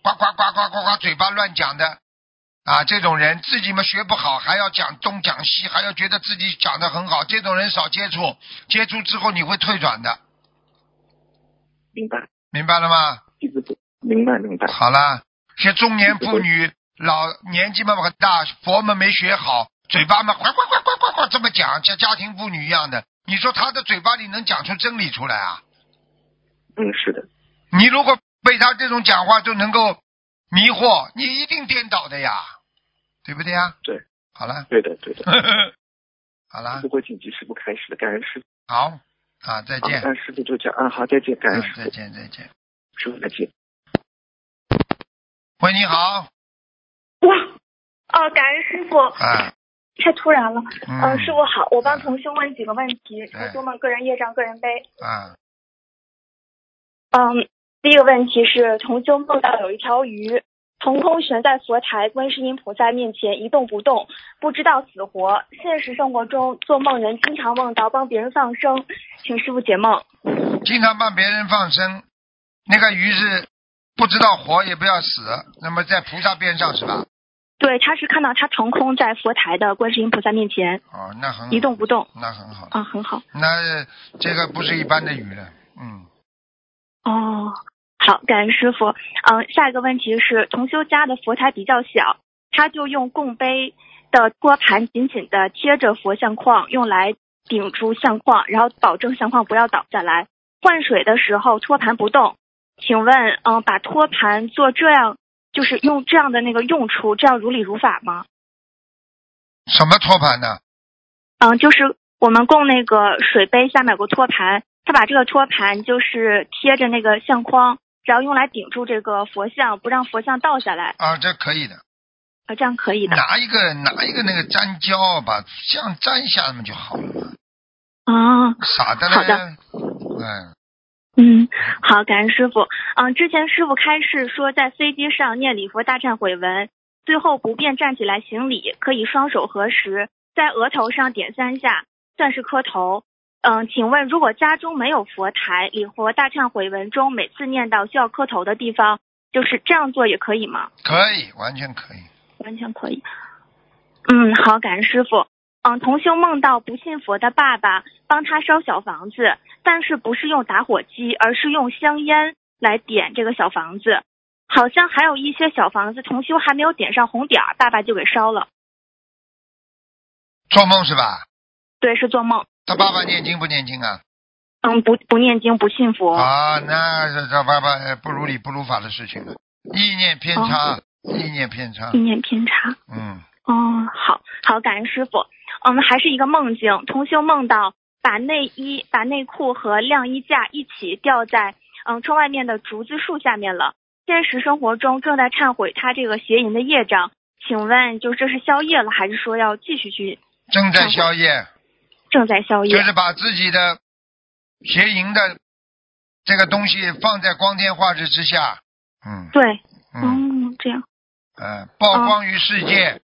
S2: 呱呱呱呱呱呱嘴巴乱讲的啊，这种人自己嘛学不好，还要讲东讲西，还要觉得自己讲的很好，这种人少接触，接触之后你会退转的，
S6: 明白，
S2: 明白了吗？
S6: 弟子不明白明白。
S2: 好啦，些中年妇女老年纪嘛很大，佛门没学好，嘴巴嘛呱呱呱呱呱呱这么讲，像家庭妇女一样的。你说她的嘴巴里能讲出真理出来啊？
S6: 嗯，是的，
S2: 你如果被她这种讲话就能够迷惑，你一定颠倒的呀，对不对呀？
S6: 对，
S2: 好了，
S6: 对的对的。
S2: 好了
S6: 不，会紧急师傅开始的，感恩师傅。
S2: 好啊，再
S6: 好，
S2: 见，
S6: 那师傅就这样啊，好，再见，感
S2: 嗯
S6: 恩师，
S2: 再
S6: 傅，
S2: 见，再见。
S6: 师傅再见。
S2: 喂，你好，
S7: 哇，哦，感恩师傅，
S2: 啊，
S3: 太突然了。
S2: 嗯哎
S3: 呃，师傅好，我帮同修问几个问题，同修们个人业障个人背。
S2: 嗯
S3: 嗯，第一个问题是，同修梦到有一条鱼腾空悬在佛台观世音菩萨面前一动不动，不知道死活。现实生活中，做梦人经常梦到帮别人放生，请师傅解梦。
S2: 经常帮别人放生，那个鱼是不知道活也不要死，那么在菩萨边上是吧？
S3: 对，他是看到他腾空在佛台的观世音菩萨面前
S2: 哦，那很好
S3: 一，动不动，
S2: 那很好，
S3: 啊，很好。
S2: 那这个不是一般的鱼了，嗯，
S3: 哦，好，感恩师傅。嗯，下一个问题是，同修家的佛台比较小，他就用供杯的托盘紧紧的贴着佛相框，用来顶住相框，然后保证相框不要倒下来。换水的时候托盘不动，请问，嗯，把托盘做这样，就是用这样的那个用处，这样如理如法吗？
S2: 什么托盘呢？
S3: 嗯，就是我们供那个水杯下面有个托盘，他把这个托盘就是贴着那个相框，然后用来顶住这个佛像，不让佛像倒下来，
S2: 啊，这可以的，
S3: 啊，这样可以的。
S2: 拿一个拿一个那个粘胶把像粘一下嘛就好了嘛，
S3: 啊，
S2: 傻的嘞，
S3: 好的
S2: 嗯，
S3: 嗯，好，感恩师傅。嗯，之前师傅开示说，在飞机上念礼佛大忏悔文，最后不便站起来行礼，可以双手合十，在额头上点三下，算是磕头。嗯，请问如果家中没有佛台，礼佛大忏悔文中每次念到需要磕头的地方，就是这样做也可以吗？
S2: 可以，完全可以，
S3: 完全可以。嗯，好，感恩师傅。嗯，同修梦到不信佛的爸爸帮他烧小房子，但是不是用打火机，而是用香烟来点这个小房子。好像还有一些小房子，同修还没有点上红点儿，爸爸就给烧了。
S2: 做梦是吧？
S3: 对，是做梦。
S2: 他爸爸念经不念经啊？
S3: 嗯，不不念经，不信佛。
S2: 啊，那这这爸爸呃不如理不如法的事情了，意念偏差，意念偏差
S3: 意，念偏差。
S2: 嗯，
S3: 哦，好好，感恩师傅。嗯，还是一个梦境，同修梦到把内衣、把内裤和晾衣架一起吊在嗯窗外面的竹子树下面了。现实生活中正在忏悔他这个邪淫的业障，请问就这是宵夜了，还是说要继续去
S2: 正在宵夜，
S3: 正在宵夜？
S2: 就是把自己的邪淫的这个东西放在光天化日之下，嗯
S3: 对，
S2: 嗯
S3: 嗯，这样，
S2: 呃，曝光于世界，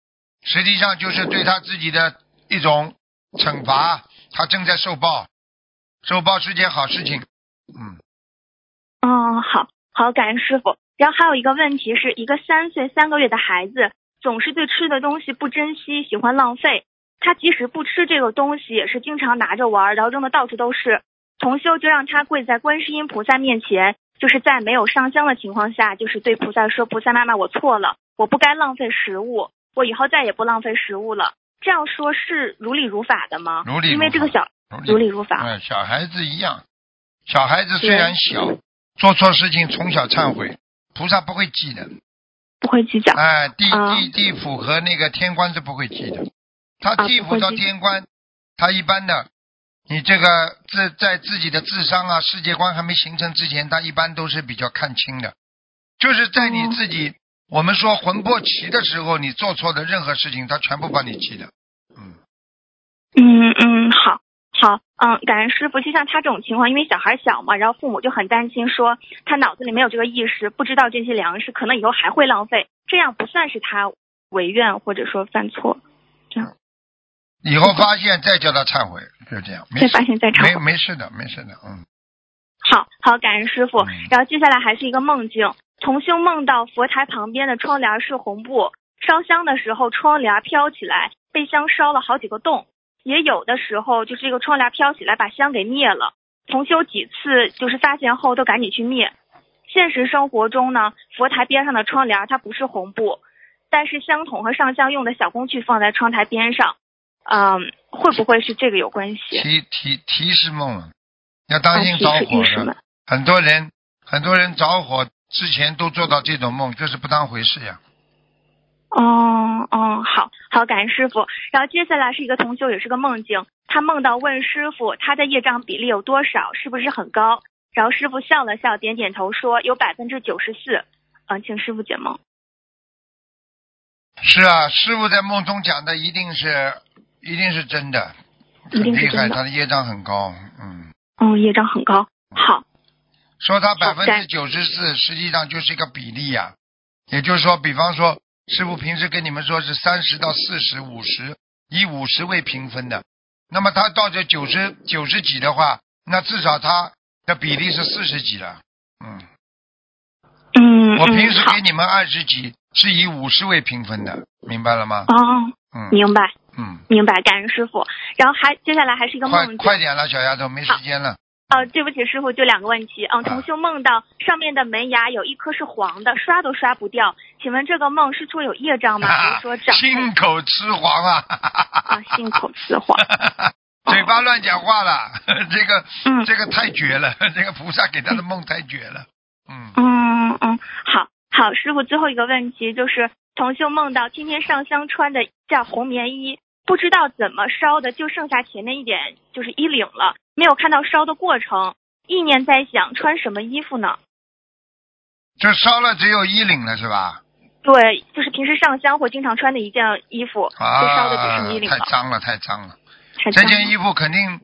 S2: 实际上就是对他自己的一种惩罚，他正在受报，受报是件好事情，嗯，
S3: 哦，好好，感恩师傅。然后还有一个问题是，一个三岁三个月的孩子总是对吃的东西不珍惜，喜欢浪费。他即使不吃这个东西，也是经常拿着玩儿，然后扔的到处都是。同修就让他跪在观世音菩萨面前，就是在没有上香的情况下，就是对菩萨说：“菩萨妈妈，我错了，我不该浪费食物，我以后再也不浪费食物了。”这样说是如理如法的吗？
S2: 如理
S3: 因为
S2: 如
S3: 这个
S2: 法
S3: 小如理如法。
S2: 嗯，小孩子一样，小孩子虽然小，做错事情从小忏悔，菩萨不会记的。
S3: 不会计较。
S2: 哎、地
S3: 啊
S2: 地地府和那个天官是不会记的，他
S3: 啊
S2: 地
S3: 不
S2: 府
S3: 会
S2: 到
S3: 记
S2: 天官，他一般的，你这个自在自己的智商啊、世界观还没形成之前，他一般都是比较看清的，就是在你自己、
S3: 哦
S2: 我们说魂魄齐的时候，你做错的任何事情，他全部帮你记的。嗯，
S3: 嗯嗯，好，好，嗯，感恩师傅。就像他这种情况，因为小孩小嘛，然后父母就很担心，说他脑子里没有这个意识，不知道这些粮食可能以后还会浪费，这样不算是他违愿或者说犯错，
S2: 以后发现再叫他忏悔，就这样，没
S3: 再
S2: 事
S3: 发现再
S2: 没
S3: 忏悔。
S2: 没事的，没事的，嗯，
S3: 好好，感恩师傅
S2: 嗯。
S3: 然后接下来还是一个梦境，同修梦到佛台旁边的窗帘是红布，烧香的时候窗帘飘起来，被香烧了好几个洞。也有的时候就是这个窗帘飘起来，把香给灭了。同修几次就是发现后都赶紧去灭。现实生活中呢，佛台边上的窗帘它不是红布，但是香筒和上香用的小工具放在窗台边上，嗯，会不会是这个有关系？
S2: 提提提示梦了，要
S3: 啊，
S2: 当
S3: 提
S2: 心着
S3: 示
S2: 火
S3: 预示
S2: 的。
S3: 们。
S2: 很多人很多人着火之前都做到这种梦，就是不当回事呀。
S3: 哦哦，好好，感恩师傅。然后接下来是一个同修，也是个梦境，他梦到问师傅他的业障比例有多少，是不是很高？然后师傅笑了笑，点点头说有百分之九十四。嗯，请师傅解梦。
S2: 是啊，师傅在梦中讲的一定是一定是真的，很
S3: 一定是
S2: 厉害，
S3: 真的
S2: 他的业障很高，嗯。
S3: 嗯，业障很高。好，
S2: 说他百
S3: 好
S2: 分之
S3: 感
S2: 九十四，实际上就是一个比例呀、也就是说，比方说，师傅平时跟你们说是三十到四十、五十，以五十为评分的。那么他到这九十九十几的话，那至少他的比例是四十几了。嗯，
S3: 嗯，
S2: 我
S3: 嗯
S2: 平时
S3: 好
S2: 给你们二十几，是以五十为评分的，明白了吗？
S3: 哦，
S2: 嗯
S3: 明白
S2: 嗯，
S3: 明白，感恩师傅。然后还接下来还是一个梦
S2: 快
S3: 境，
S2: 快点了，小丫头，没时间了。
S3: 哦，对不起，师傅，就两个问题。嗯，同修梦到上面的门牙有一颗是黄的，刷都刷不掉，请问这个梦是说有 业障吗？还是说长
S2: 心口吃黄啊！
S3: 啊信口雌黄？哦
S2: 嘴巴乱讲话了， 这个、
S3: 嗯
S2: 这个太绝了， 这个菩萨给他的梦太绝了。嗯，
S3: 嗯嗯，好好，师傅最后一个问题就是，同修梦到天天上香穿的一件红棉衣，不知道怎么烧的，就剩下前面一点就是衣领了，没有看到烧的过程，意念在想穿什么衣服呢？
S2: 就烧了只有衣领了是吧？
S3: 对，就是平时上香会经常穿的一件衣服，就烧的只
S2: 啊
S3: 剩衣，领
S2: 太
S3: 了。
S2: 脏了，太脏了。
S3: 太
S2: 这
S3: 脏了
S2: 件衣服肯定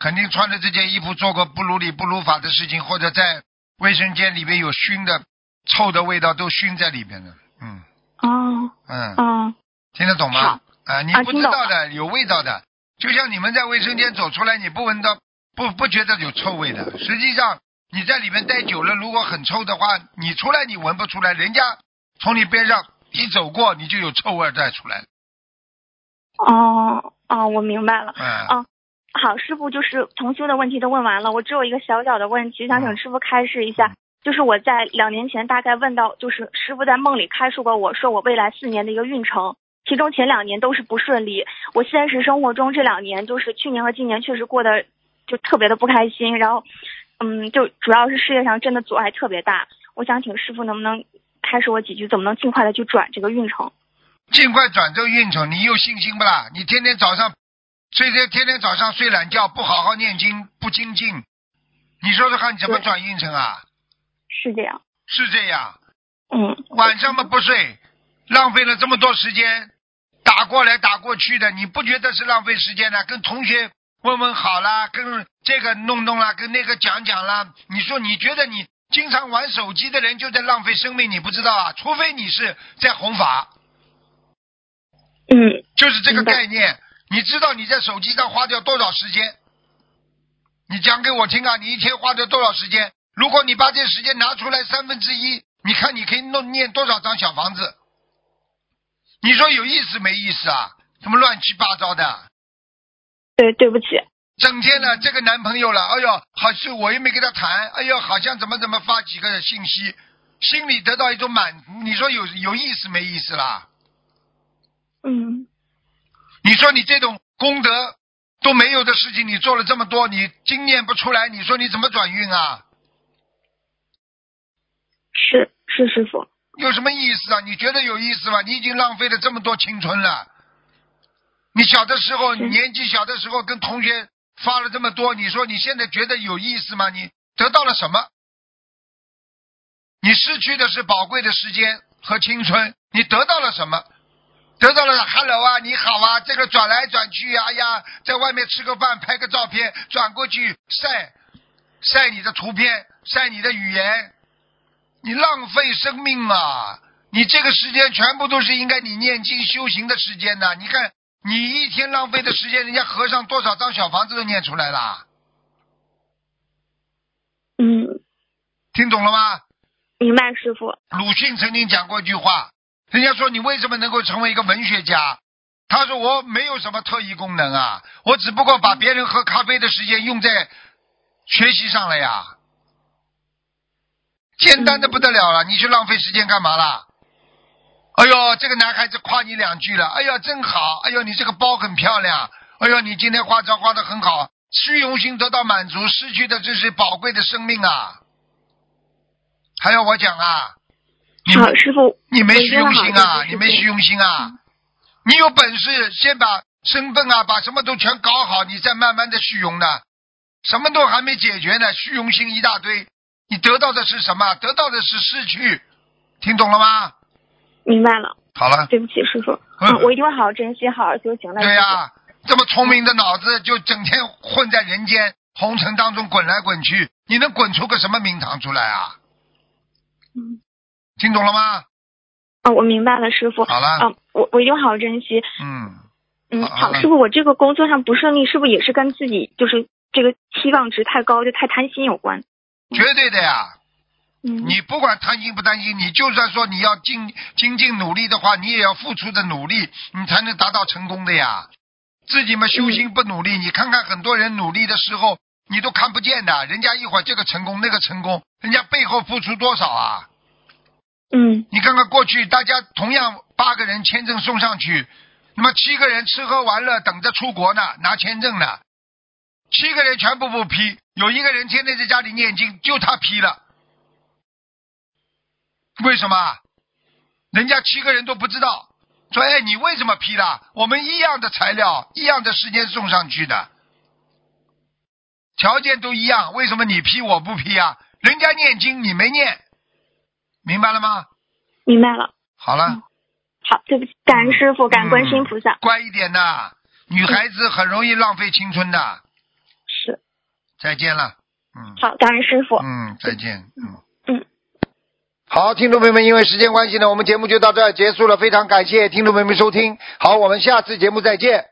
S2: 肯定穿着这件衣服做过不如理不如法的事情，或者在卫生间里面有熏的臭的味道都熏在里边了。嗯
S3: 哦
S2: 嗯，
S3: 哦
S2: 听得懂吗
S3: 好？
S2: 啊，你
S3: 啊
S2: 不
S3: 听
S2: 知
S3: 懂
S2: 道的，有味道的，就像你们在卫生间走出来，你不闻到，不不觉得有臭味的。实际上你在里面待久了，如果很臭的话，你出来你闻不出来，人家从你边上一走过，你就有臭味儿再出来了。
S3: 哦哦，我明白了。
S2: 嗯，
S3: 哦好，师傅就是同修的问题都问完了，我只有一个小小的问题，想请师傅开示一下。就是我在两年前大概问到，就是师傅在梦里开示过我说我未来四年的一个运程，其中前两年都是不顺利。我现实生活中这两年，就是去年和今年确实过得就特别的不开心，然后，嗯，就主要是事业上真的阻碍特别大。我想请师傅能不能开示我几句，怎么能尽快的去转这个运程？
S2: 尽快转正运程，你有信心不啦？你天天早上，睡天天天早上睡懒觉，不好好念经，不精进，你说说看你怎么
S3: 对
S2: 转运程啊？
S3: 是这样，
S2: 是这样，
S3: 嗯，
S2: 晚上嘛不睡，浪费了这么多时间，打过来打过去的，你不觉得是浪费时间呢？跟同学问问好啦，跟这个弄弄啦，跟那个讲讲啦。你说你觉得你经常玩手机的人就在浪费生命，你不知道啊？除非你是在弘法，
S3: 嗯
S2: 就是这个
S3: 明白
S2: 概念。你知道你在手机上花掉多少时间？你讲给我听啊！你一天花掉多少时间？如果你把这时间拿出来三分之一，你看你可以弄念多少张小房子？你说有意思没意思啊？怎么乱七八糟的？啊
S3: 对，对不起，
S2: 整天
S3: 嗯
S2: 呢，这个男朋友了，哎呦，好像我又没跟他谈，哎呦，好像怎么怎么发几个信息，心里得到一种满足，你说有有意思没意思啦？
S3: 嗯
S2: 你说你这种功德都没有的事情，你做了这么多，你经验不出来，你说你怎么转运啊？，
S3: 是是师傅，
S2: 有什么意思啊？你觉得有意思吗？你已经浪费了这么多青春了。你小的时候，
S3: 是
S2: 年纪小的时候跟同学发了这么多，你说你现在觉得有意思吗？你得到了什么？你失去的是宝贵的时间和青春，你得到了什么？得到了 “hello 啊，你好啊”，这个转来转去啊，哎呀，在外面吃个饭，拍个照片，转过去晒晒你的图片，晒你的语言，你浪费生命啊！你这个时间全部都是应该你念经修行的时间呐、你看，你一天浪费的时间，人家和尚多少张小房子都念出来啦，
S3: 嗯，
S2: 听懂了吗？
S3: 明白师傅，
S2: 鲁迅曾经讲过一句话，人家说你为什么能够成为一个文学家？他说我没有什么特异功能啊，我只不过把别人喝咖啡的时间用在学习上了呀，简单的不得了了，你去浪费时间干嘛啦？哎呦，这个男孩子夸你两句了，哎呦真好，哎呦你这个包很漂亮，哎呦你今天化妆化的很好，虚荣心得到满足，失去的这是宝贵的生命啊！还要我讲啊？你
S3: 好师傅，
S2: 你没
S3: 我一
S2: 虚
S3: 定
S2: 荣
S3: 会好
S2: 心
S3: 好做
S2: 啊，
S3: 这
S2: 你
S3: 个
S2: 没
S3: 事嗯
S2: 虚荣心啊，你有本事先把身份啊，把什么都全搞好，你再慢慢的虚荣呢，什么都还没解决呢，虚荣心一大堆，你得到的是什么？得到的是失去，听懂了吗？
S3: 明白了，
S2: 好了，嗯
S3: 对不起，师傅，嗯，我一定会好好珍惜，好好修行了。
S2: 对呀、
S3: 师
S2: 这么聪明的脑子就整天混在人间红尘当中滚来滚去，你能滚出个什么名堂出来啊？
S3: 傅。嗯，
S2: 听懂了吗？
S3: 哦，我明白了，师傅。
S2: 好了，
S3: 嗯，我我一定会好好珍惜。
S2: 嗯，
S3: 嗯，
S2: 好好
S3: 好，
S2: 好
S3: 师傅，我这个工作上不顺利，是不是也是跟自己就是这个期望值太高，就太贪心有关？
S2: 绝对的呀。
S3: 嗯，
S2: 你不管贪心不贪心，你就算说你要精精进努力的话，你也要付出的努力，你才能达到成功的呀。自己嘛修心不努力，你看看很多人努力的时候，你都看不见的，人家一会儿这个成功那个成功，人家背后付出多少啊？
S3: 嗯
S2: 你看看过去，大家同样八个人签证送上去，那么七个人吃喝玩乐，等着出国呢，拿签证呢，七个人全部不批，有一个人天天在家里念经，就他批了。为什么？人家七个人都不知道，说哎，你为什么批了？我们一样的材料，一样的时间送上去的，条件都一样，为什么你批我不批啊？人家念经你没念，明白了吗？
S3: 明白了。
S2: 好了，
S3: 嗯好，对不起，感
S2: 嗯
S3: 恩师傅，感恩观世音菩萨。
S2: 乖一点呐，女孩子很容易浪费青春
S3: 嗯
S2: 的。
S3: 是，
S2: 再见了，嗯，
S3: 好，感恩师傅。
S2: 嗯，再见，嗯。
S3: 嗯
S2: 好，听众朋友们，因为时间关系呢，我们节目就到这儿结束了。非常感谢听众朋友们收听，好，我们下次节目再见。